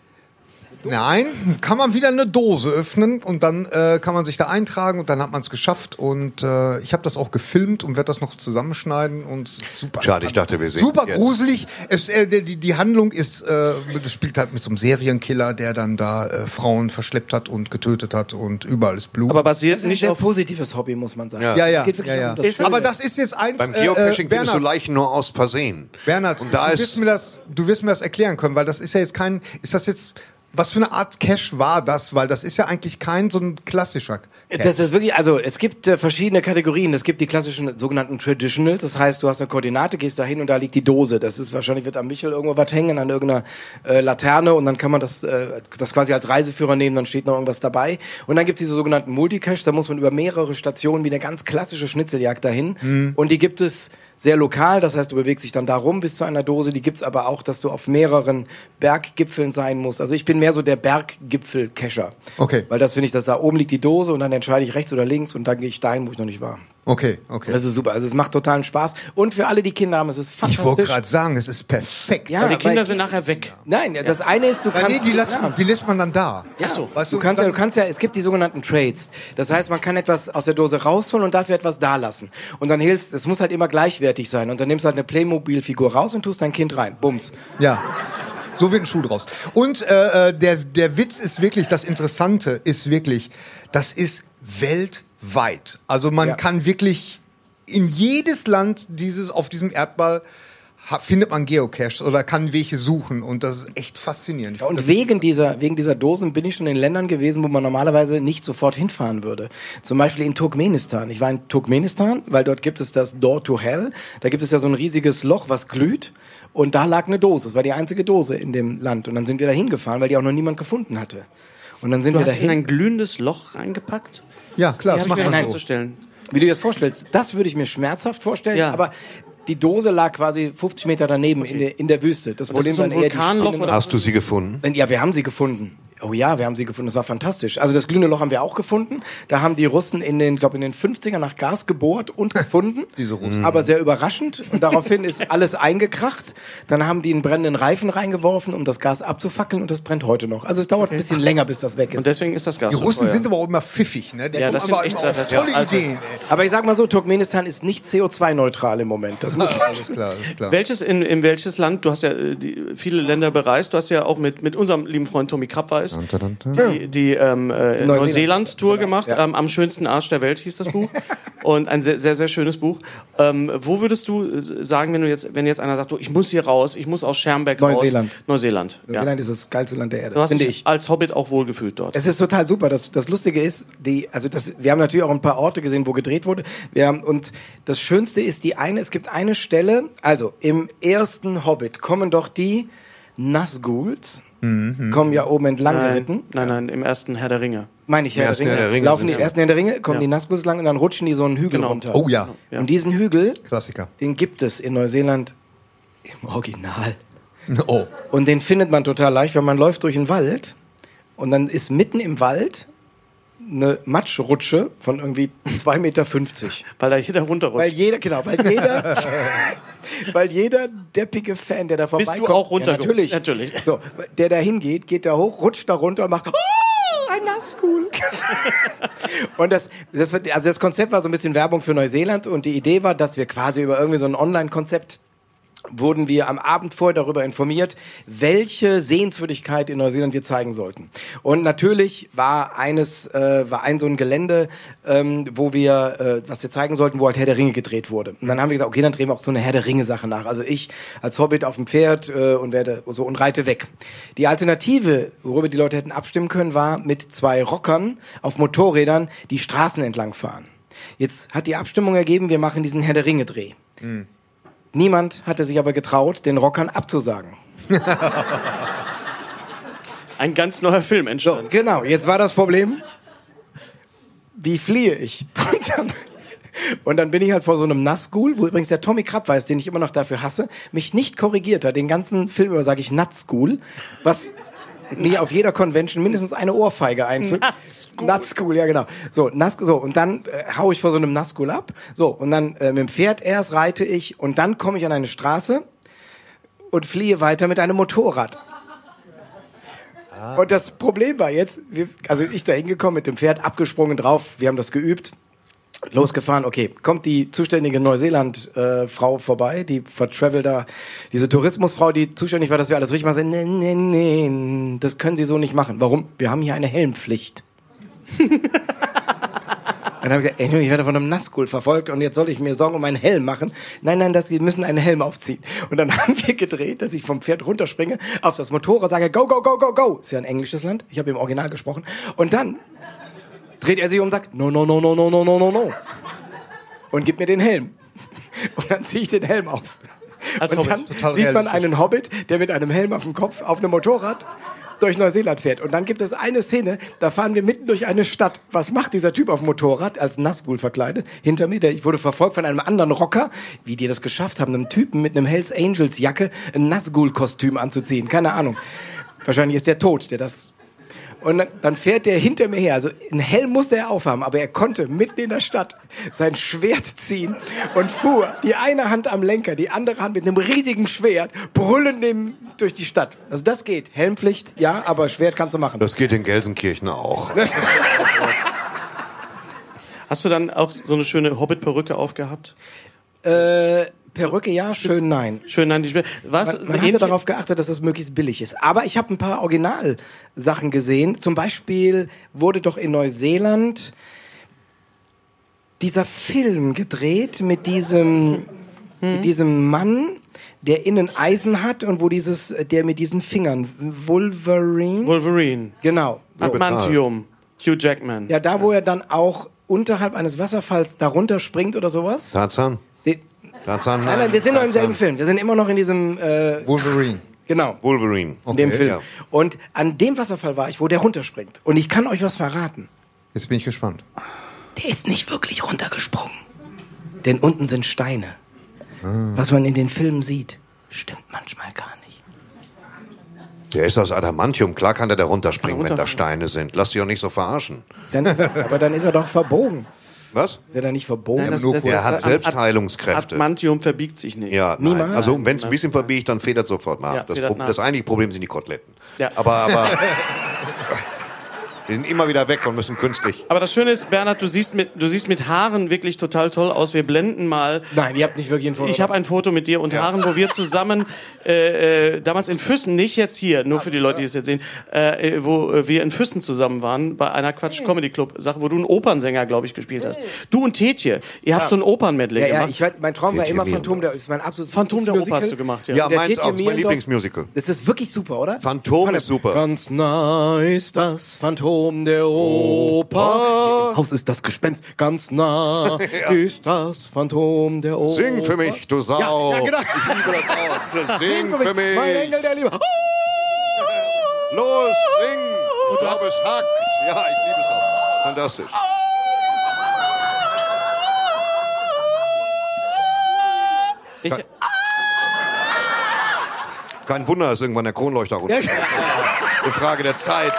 Nein, kann man wieder eine Dose öffnen und dann äh, kann man sich da eintragen und dann hat man es geschafft und äh, ich habe das auch gefilmt und werde das noch zusammenschneiden und es ist super.
Schade, ich dachte, wir sehen
Super
jetzt.
gruselig. Es, äh, die, die Handlung ist, äh, das spielt halt mit so einem Serienkiller, der dann da äh, Frauen verschleppt hat und getötet hat und überall ist Blut.
Aber basiert
Nicht
nicht
ein
auf.
positives Hobby, muss man sagen.
Ja.
ja, ja,
Es geht wirklich
ja, ja.
um das Schöne.
aber das ist jetzt eins.
Beim
äh,
Geocaching
äh,
findest du
Bernhard,
Leichen nur aus Versehen.
Bernhard,
und da
du, wirst
ist
mir das, du wirst mir das erklären können, weil das ist ja jetzt kein, ist das jetzt, was für eine Art Cash war das? Weil das ist ja eigentlich kein so ein klassischer Cash.
Das ist wirklich, also es gibt äh, verschiedene Kategorien. Es gibt die klassischen sogenannten Traditionals. Das heißt, du hast eine Koordinate, gehst da hin und da liegt die Dose. Das ist wahrscheinlich wird am Michel irgendwo was hängen an irgendeiner äh, Laterne und dann kann man das, äh, das quasi als Reiseführer nehmen. Dann steht noch irgendwas dabei. Und dann gibt es diese sogenannten Multicaches. Da muss man über mehrere Stationen wie eine ganz klassische Schnitzeljagd dahin. Und die gibt es sehr lokal. Das heißt, du bewegst dich dann darum bis zu einer Dose. Die gibt's aber auch, dass du auf mehreren Berggipfeln sein musst. Also ich bin mehr so der Berggipfel-Cacher.
Okay.
Weil das finde ich, dass da oben liegt die Dose und dann entscheide ich rechts oder links und dann gehe ich dahin, wo ich noch nicht war.
Okay, okay.
Das ist super. Also es macht totalen Spaß. Und für alle, die Kinder haben, es ist fantastisch.
ich wollte gerade sagen, es ist perfekt.
Ja,
Also Die Kinder
weil-
sind nachher weg.
Nein, das eine ist, du
Ja, nee,
kannst.
die, lässt,
ja.
die lässt man dann da.
Ja,
so.
weißt du, du kannst ja, du kannst ja, es gibt die sogenannten Trades. Das heißt, man kann etwas aus der Dose rausholen und dafür etwas dalassen. Und dann hilfst, es muss halt immer gleichwertig sein. Und dann nimmst du halt eine Playmobil-Figur raus und tust dein Kind rein. Bums.
Ja. So wird ein Schuh draus. Und äh, äh, der, der Witz ist wirklich, das Interessante ist wirklich, das ist weltweit. Also man
Ja.
kann wirklich in jedes Land dieses auf diesem Erdball ha- findet man Geocaches oder kann welche suchen und das ist echt faszinierend. Ich
Ja,
find
und wegen dieser, wegen dieser Dosen bin ich schon in Ländern gewesen, wo man normalerweise nicht sofort hinfahren würde. Zum Beispiel in Turkmenistan. Ich war in Turkmenistan, weil dort gibt es das Door to Hell. Da gibt es ja so ein riesiges Loch, was glüht. Und da lag eine Dose. Es war die einzige Dose in dem Land. Und dann sind wir da hingefahren, weil die auch noch niemand gefunden hatte. Und dann sind
Du
wir
hast in
dahin.
ein glühendes Loch reingepackt?
das- ja klar, das
Ja, hab ich halt
macht
mir das
man so.
vorzustellen.
Wie du dir das vorstellst, das würde ich mir schmerzhaft vorstellen,
Ja.
aber die Dose lag quasi 50 Meter daneben in, der, in der Wüste. Das Problem
ist so ein
waren eher die
Vulkanloch
Spinnen-
oder
Hast du sie gefunden?
Wenn- Ja, wir haben sie gefunden. Oh ja, wir haben sie gefunden. Das war fantastisch. Also das glühende Loch haben wir auch gefunden. Da haben die Russen in den, glaube in den 50ern nach Gas gebohrt und gefunden. Diese Russen. Aber sehr überraschend. Und daraufhin ist alles eingekracht. Dann haben die einen brennenden Reifen reingeworfen, um das Gas abzufackeln und das brennt heute noch. Also es dauert ein bisschen länger, bis das weg ist.
Und deswegen ist das Gas.
Die
so
Russen
teuer.
sind aber auch immer pfiffig, ne? Der
Ja,
kommt
das sind
aber
echt-
immer
das-
auf
ja,
tolle
Alter.
Ideen.
Aber ich sag mal so, Turkmenistan ist nicht CO2-neutral im Moment. Das muss man
Alles klar, alles klar.
Welches in, in welches Land? Du hast ja äh, die, viele Länder bereist. Du hast ja auch mit, mit unserem lieben Freund Tommy Krapp war es, die, die ähm, äh, Neuseeland-Tour
Genau,
gemacht. Ähm, Am schönsten Arsch der Welt hieß das Buch. Und ein sehr, sehr, sehr schönes Buch. Ähm, wo würdest du äh, sagen, wenn du jetzt, wenn jetzt einer sagt, du, ich muss hier raus, ich muss aus Schermbeck
Neuseeland.
raus? Neuseeland. Neuseeland. Ja.
Neuseeland ist das geilste Land der Erde,
Du hast
finde
dich
ich.
als Hobbit auch wohlgefühlt dort.
Es ist total super. Das, das Lustige ist, die, also das, wir haben natürlich auch ein paar Orte gesehen, wo gedreht wurde. Wir haben, und das Schönste ist die eine, es gibt eine Stelle, also im ersten Hobbit kommen doch die Nazguls,
Mhm.
kommen ja oben entlang geritten.
nein, nein, nein, im ersten Herr der Ringe.
Meine ich, Herr der,
ersten
Ringe.
Herr der Ringe
Laufen die
sind sie.
ersten Herr der Ringe, kommen
Ja.
die Nazguls lang und dann rutschen die so einen Hügel
Genau.
runter.
Oh ja.
Ja.
Und diesen Hügel,
Klassiker.
den gibt es in Neuseeland im Original.
Oh.
Und den findet man total leicht, weil man läuft durch den Wald und dann ist mitten im Wald eine Matschrutsche von irgendwie 2,50 Meter.
Weil da jeder runterrutscht.
Weil jeder, genau, weil jeder, weil jeder deppige Fan, der da
du
vorbeikommt.
auch runtergerutscht?
Ja,
Natürlich.
natürlich. So, der da hingeht, geht da hoch, rutscht da runter und macht, oh, ein Nasskul. und das, das, wird- also das Konzept war so ein bisschen Werbung für Neuseeland und die Idee war, dass wir quasi über irgendwie so ein Online-Konzept wurden wir am Abend vorher darüber informiert, welche Sehenswürdigkeit in Neuseeland wir zeigen sollten. Und natürlich war eines, äh, war ein so ein Gelände, ähm, wo wir, äh, was wir zeigen sollten, wo halt Herr der Ringe gedreht wurde. Und dann haben wir gesagt, okay, dann drehen wir auch so eine Herr der Ringe Sache nach. Also ich als Hobbit auf dem Pferd äh, und werde so und reite weg. Die Alternative, worüber die Leute hätten abstimmen können, war mit zwei Rockern auf Motorrädern die Straßen entlang fahren. Jetzt hat die Abstimmung ergeben, wir machen diesen Herr der Ringe Dreh. Niemand hatte sich aber getraut, den Rockern abzusagen.
Ein ganz neuer Film
So,
entstand.
genau, jetzt war das Problem, wie fliehe ich? Und dann, und dann bin ich halt vor so einem Nassgul, wo übrigens der Tommy Krapp weiß, den ich immer noch dafür hasse, mich nicht korrigiert hat. Den ganzen Film über sage ich Natsgul, was mir auf jeder Convention mindestens eine Ohrfeige einführt.
Nazgul.
Natsgul, ja genau. So, Nas so und dann äh, hau ich vor so einem Nassgul ab. So, und dann äh, mit dem Pferd erst reite ich und dann komme ich an eine Straße und fliehe weiter mit einem Motorrad. Und das Problem war jetzt, wir, also ich da hingekommen mit dem Pferd, abgesprungen drauf, wir haben das geübt, losgefahren, okay, kommt die zuständige Neuseeland-Frau vorbei, die Travel da, diese Tourismusfrau, die zuständig war, dass wir alles richtig machen, sagt, nee, nee, nee, das können sie so nicht machen. Warum? Wir haben hier eine Helmpflicht. Dann habe ich gesagt, ey, ich werde von einem Nazgul verfolgt und jetzt soll ich mir Sorgen um einen Helm machen. Nein, nein, das, Sie müssen einen Helm aufziehen. Und dann haben wir gedreht, dass ich vom Pferd runterspringe, auf das Motorrad sage, go, go, go, go, go. Ist ja ein englisches Land. Ich habe im Original gesprochen. Und dann dreht er sich um und sagt, no, no, no, no, no, no, no, no, no. Und gibt mir den Helm. Und dann ziehe ich den Helm auf.
Als
und
Hobbit.
dann
Total
sieht man
realistisch.
einen Hobbit, der mit einem Helm auf dem Kopf auf einem Motorrad durch Neuseeland fährt. Und dann gibt es eine Szene, da fahren wir mitten durch eine Stadt. Was macht dieser Typ auf dem Motorrad als Nazgul verkleidet? Hinter mir, der, ich wurde verfolgt von einem anderen Rocker, wie die das geschafft haben, einem Typen mit einem Hells Angels Jacke ein Nazgul-Kostüm anzuziehen. Keine Ahnung. Wahrscheinlich ist der tot, der das und dann, dann fährt der hinter mir her. Also einen Helm musste er aufhaben, aber er konnte mitten in der Stadt sein Schwert ziehen und fuhr die eine Hand am Lenker, die andere Hand mit einem riesigen Schwert brüllend neben, durch die Stadt. Also das geht. Helmpflicht, ja, aber Schwert kannst du machen.
Das geht in Gelsenkirchen auch.
Ne?
Hast du dann auch so eine schöne Hobbit-Perücke aufgehabt?
äh, Perücke ja, schön nein.
Schön, nein, die Sp- Was?
Man, man hat ja
ähnliche-
darauf geachtet, dass es möglichst billig ist. Aber ich habe ein paar Originalsachen gesehen. Zum Beispiel wurde doch in Neuseeland dieser Film gedreht mit diesem, mit diesem Mann, der innen Eisen hat und wo dieses, der mit diesen Fingern, Wolverine?
Wolverine. Ah,
genau. So.
Adamantium. Hugh Jackman.
Ja, da wo er dann auch unterhalb eines Wasserfalls darunter springt oder sowas.
Tarzan?
Den-
Tarzan?
Nein, nein, wir sind noch im
Tarzan.
selben Film. Wir sind immer noch in diesem, äh,
Wolverine.
genau.
Wolverine.
in dem Film.
Ja.
Und an dem Wasserfall war ich, wo der runterspringt. Und ich kann euch was verraten.
Jetzt bin ich gespannt.
Der ist nicht wirklich runtergesprungen. Denn unten sind Steine.
Ah.
Was man in den Filmen sieht, stimmt manchmal gar nicht.
Der ist aus Adamantium. Klar kann der da runterspringen,
Kann er
wenn da Steine sind. Lass dich doch nicht so verarschen.
Dann ist er, aber dann ist er doch verbogen.
Was?
Ist er dann nicht verbogen?
Nein, das-
nur
das-
kurz.
Er hat
das-
Selbstheilungskräfte.
Adamantium verbiegt sich nicht.
Ja, nein.
Niemals.
Also wenn es ein bisschen verbiegt, dann federt sofort nach.
Ja,
das,
federt
Pro
nach.
das eigentliche Problem sind die Koteletten.
Ja.
Aber, aber wir sind immer wieder weg und müssen künstlich.
Aber das Schöne ist, Bernhard, du siehst mit, du siehst mit Haaren wirklich total toll aus. Wir blenden mal.
Nein, ihr habt nicht wirklich einen Foto.
Ich habe ein Foto mit dir und Haaren, wo wir zusammen, äh, äh, damals in Füssen, nicht jetzt hier, nur für die Leute, die es jetzt sehen, äh, äh, wo äh, wir in Füssen zusammen waren, bei einer
Hm.
Quatsch-Comedy-Club-Sache, wo du einen Opernsänger, glaube ich, gespielt hast. Du und Tetje, ihr habt so ein Opernmedley
ja, ja,
gemacht.
ich, weiß, mein Traum war
Geht
immer
hier
Phantom der ist mein absolutes
Phantom der Oper
Lieblingsmusical.
hast du gemacht, ja.
Ja,
Der
meins
Tetje
auch. Ist mein
Mierendorf-
Lieblingsmusical.
Das ist wirklich super, oder?
Phantom ist super.
Ganz nice, das Phantom der Oper. Im Haus ist das Gespenst. Ganz nah ist das Phantom der Oper.
Sing für mich, du Sau.
Ja, ja, genau.
Ich liebe das auch. Sing, für mich.
Mein Engel der Liebe. Oh,
Los, sing. Ich glaube, es hackt. Ja, ich liebe es auch. Fantastisch.
Ich,
Kein Wunder, dass irgendwann der Kronleuchter runter.
Ja.
Eine Frage der Zeit.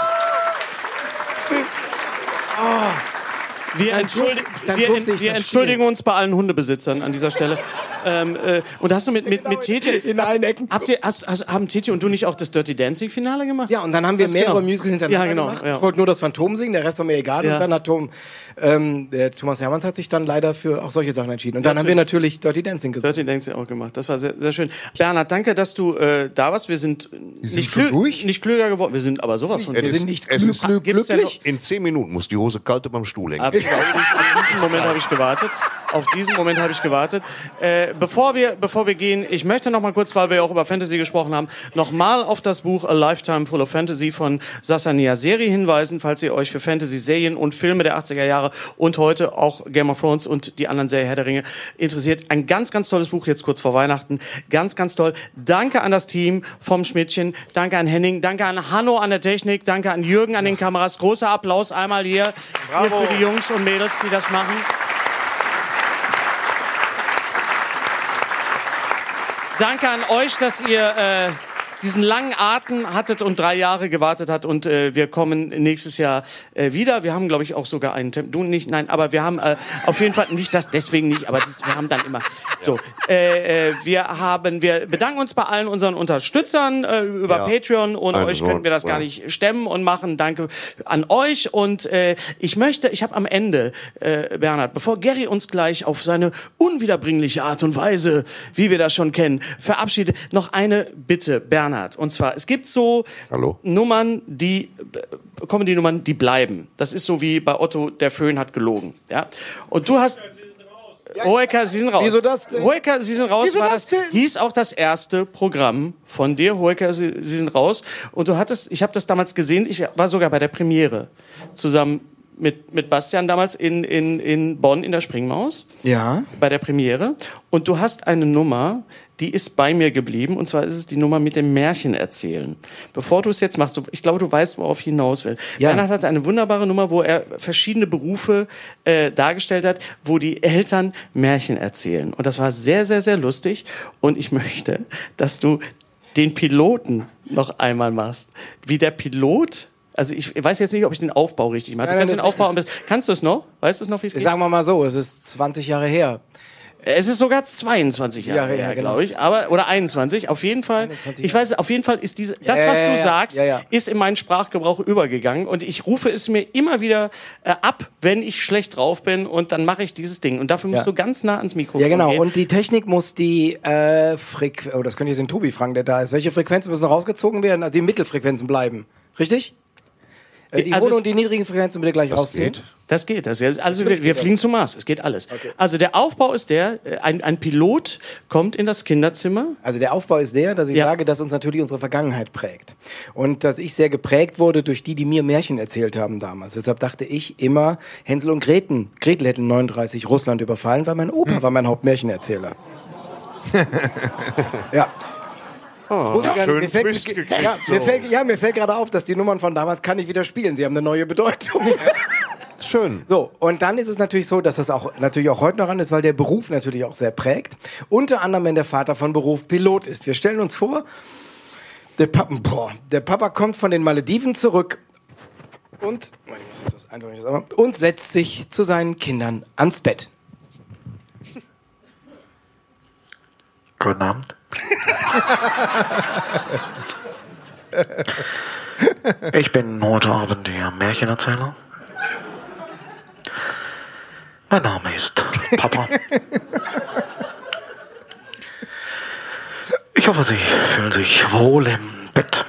wir
Dann
entschuldi
durfte- dann
wir,
durfte
en-
ich
wir
das
entschuldigen uns bei allen Hundebesitzern an dieser Stelle. ähm, äh, und hast du mit, mit, mit Tetje...
genau In allen Ecken.
Habt ihr, hast, hast, haben Titi und du nicht auch das Dirty Dancing Finale gemacht?
Ja, und dann haben wir
Das
mehrere
genau.
Musical hintereinander
Ja, genau,
gemacht.
ja.
Ich wollte nur das Phantom singen, der Rest war mir egal.
Ja.
Und dann hat Tom, ähm, der Thomas Hermanns hat sich dann leider für auch solche Sachen entschieden. Und dann haben wir natürlich Dirty Dancing gesungen.
Dirty Dancing auch gemacht. Das war sehr, sehr schön. Bernhard, danke, dass du äh, da warst. Wir sind, äh,
sind
nicht,
schon
klü
durch?
nicht klüger geworden. Wir sind aber sowas von.
Es
sind
ist-
nicht
es ist-
glück-
Gibt's ja noch-
glücklich.
In zehn Minuten muss die Hose kalt über dem Stuhl hängen.
Auf diesen Moment habe ich gewartet. Auf diesen Moment habe ich gewartet. Äh, bevor, wir, bevor wir gehen, ich möchte noch mal kurz, weil wir auch über Fantasy gesprochen haben, noch mal auf das Buch A Lifetime Full of Fantasy von Sasa Niazeri hinweisen, falls ihr euch für Fantasy-Serien und Filme der 80er Jahre und heute auch Game of Thrones und die anderen Serie Herr der Ringe interessiert. Ein ganz, ganz tolles Buch jetzt kurz vor Weihnachten. Ganz, ganz toll. Danke an das Team vom Schmidtchen. Danke an Henning. Danke an Hanno an der Technik. Danke an Jürgen an den Kameras. Großer Applaus einmal hier, hier für die Jungs und Mädels, die das machen. Danke an euch, dass ihr äh, diesen langen Atem hattet und drei Jahre gewartet hat und äh, wir kommen nächstes Jahr äh, wieder. Wir haben, glaube ich, auch sogar einen Termin. Du nicht, nein, aber wir haben äh, auf jeden Fall nicht das deswegen nicht, aber das, wir haben dann immer So, äh, äh, wir haben, wir bedanken uns bei allen unseren Unterstützern äh, über
Ja.
Patreon. Ohne
Ein
euch könnten wir das
Wort,
gar
ja.
nicht stemmen und machen. Danke an euch. Und äh, ich möchte, ich habe am Ende, äh, Bernhard, bevor Gary uns gleich auf seine unwiederbringliche Art und Weise, wie wir das schon kennen, verabschiedet, noch eine Bitte, Bernhard. Und zwar, es gibt so
Hallo?
Nummern, die äh, Comedy-Nummern, die bleiben. Das ist so wie bei Otto, der Föhn hat gelogen. Ja? Und du hast. Hoeker, Sie sind raus.
Wieso das denn?
Hoeker, Sie sind raus.
Wieso
war das
das denn?
hieß auch das erste Programm von dir, Hoeker, Sie, Sie sind raus. Und du hattest, ich habe das damals gesehen, ich war sogar bei der Premiere zusammen mit, mit Bastian damals in, in, in Bonn in der Springmaus
Ja.
bei der Premiere und du hast eine Nummer, die ist bei mir geblieben und zwar ist es die Nummer mit dem Märchen erzählen. Bevor du es jetzt machst, ich glaube, du weißt, worauf ich hinaus will.
Ja.
Bernhard hat eine wunderbare Nummer, wo er verschiedene Berufe äh, dargestellt hat, wo die Eltern Märchen erzählen und das war sehr, sehr, sehr lustig und ich möchte, dass du den Piloten noch einmal machst, wie der Pilot. Also ich weiß jetzt nicht, ob ich den Aufbau richtig mache. Du
Nein, nein,
kannst den
das ist
Aufbau. Kannst du es noch? Weißt du es noch, wie es geht?
Sagen wir mal so, es ist 20 Jahre her.
Es ist sogar 22 Jahre
Jahre
her,
her, genau.
glaube ich, aber oder 21. Auf jeden Fall.
21
ich weiß, auf jeden Fall ist diese das,
ja,
was
ja,
du
ja.
sagst,
Ja, ja.
ist in meinen Sprachgebrauch übergegangen und ich rufe es mir immer wieder äh, ab, wenn ich schlecht drauf bin und dann mache ich dieses Ding und dafür musst
Ja.
du ganz nah ans Mikrofon
Ja, genau.
gehen.
Und die Technik muss die äh, Frequenz, oh, das könnt ihr jetzt den Tobi fragen, der da ist. Welche Frequenzen müssen rausgezogen werden? Also die Mittelfrequenzen bleiben. Richtig? Äh, die
Also
hohen
es-
und die niedrigen Frequenzen bitte gleich rausziehen.
geht?
Das geht, das geht. Also wir, wir fliegen zum Mars, es geht alles. Also der Aufbau ist der, äh, ein, ein Pilot kommt in das Kinderzimmer.
Also der Aufbau ist der, dass ich
Ja.
sage, dass uns natürlich unsere Vergangenheit prägt. Und dass ich sehr geprägt wurde durch die, die mir Märchen erzählt haben damals. Deshalb dachte ich immer, Hänsel und Greten. Gretel hätten 39 Russland überfallen, weil mein Opa war mein Hauptmärchenerzähler. ja. Wusste gar nicht.
schön
mir fällt,
Twist gekriegt,
ja,
so.
mir fällt, ja, mir fällt gerade auf, dass die Nummern von damals kann ich wieder spielen. Sie haben eine neue Bedeutung.
Schön.
So, und dann ist es natürlich so, dass das auch natürlich auch heute noch an ist, weil der Beruf natürlich auch sehr prägt. Unter anderem, wenn der Vater von Beruf Pilot ist. Wir stellen uns vor, der Papa, boah, der Papa kommt von den Malediven zurück und, Moment, ich muss jetzt das einfach nicht sagen, und setzt sich zu seinen Kindern ans Bett.
Guten Abend. Ich bin heute Abend der Märchenerzähler. Mein Name ist Papa. Ich hoffe, Sie fühlen sich wohl im Bett.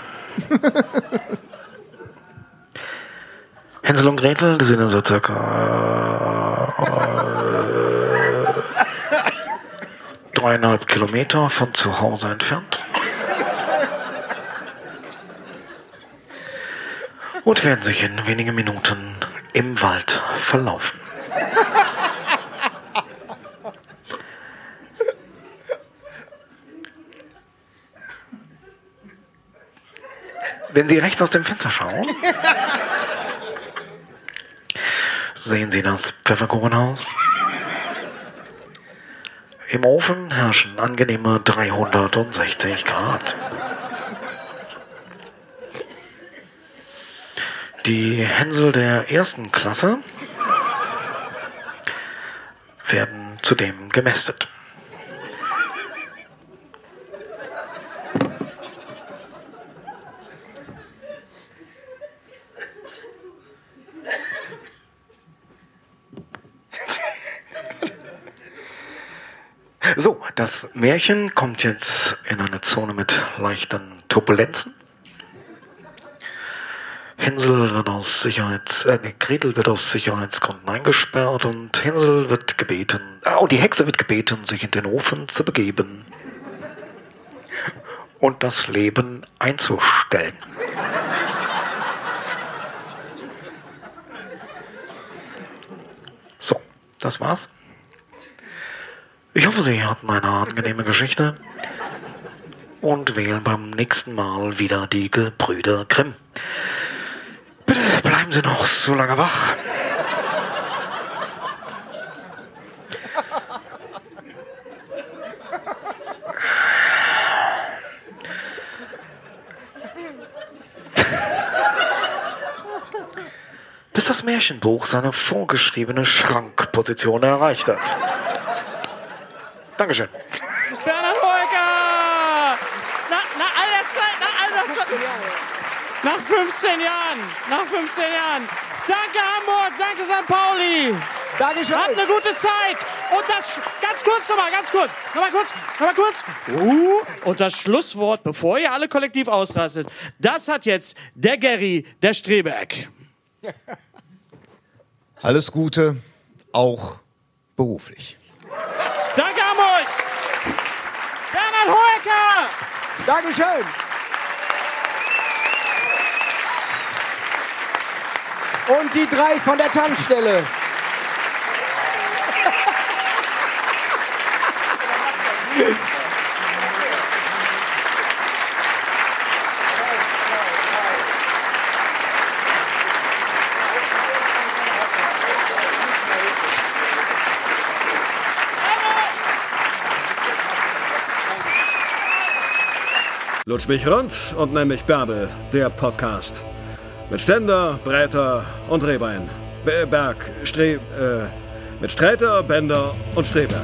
Hänsel und Gretel, die sind ja so circa dreieinhalb Kilometer von zu Hause entfernt. Und werden sich in wenigen Minuten im Wald verlaufen. Wenn Sie rechts aus dem Fenster schauen, sehen Sie das Pfefferkuchenhaus. Im Ofen herrschen angenehme 360 Grad. Die Hänsel der ersten Klasse werden zudem gemästet. So, das Märchen kommt jetzt in eine Zone mit leichten Turbulenzen. Hänsel wird aus Sicherheits... Äh, nee, Gretel wird aus Sicherheitsgründen eingesperrt und Hänsel wird gebeten... Oh, die Hexe wird gebeten, sich in den Ofen zu begeben und das Leben einzustellen. So, das war's. Ich hoffe, Sie hatten eine angenehme Geschichte und wählen beim nächsten Mal wieder die Gebrüder Grimm. Bitte bleiben Sie noch so lange wach. Bis das Märchenbuch seine vorgeschriebene Schrankposition erreicht hat. Dankeschön.
Bernhard Hoeker! Nach, nach all der Zeit, nach all das, was- Nach 15 Jahren! Nach 15 Jahren! Danke Hamburg, danke St. Pauli!
Dankeschön.
Habt eine gute Zeit! Und das, Sch- ganz kurz nochmal, ganz kurz, nochmal kurz, nochmal kurz. Uh, und das Schlusswort, bevor ihr alle kollektiv ausrastet, das hat jetzt der Gary, der Streberg.
Alles Gute, auch beruflich.
Danke Hamburg! Bernhard Hoeker!
Dankeschön. Und die drei von der Tankstelle.
Lutsch mich rund und nenn mich Bärbel, der Podcast. Mit Ständer, Breiter und Rehbein. Be- Berg, Stre... Äh, mit Sträter, Bender und Streberg.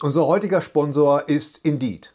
Unser heutiger Sponsor ist Indeed.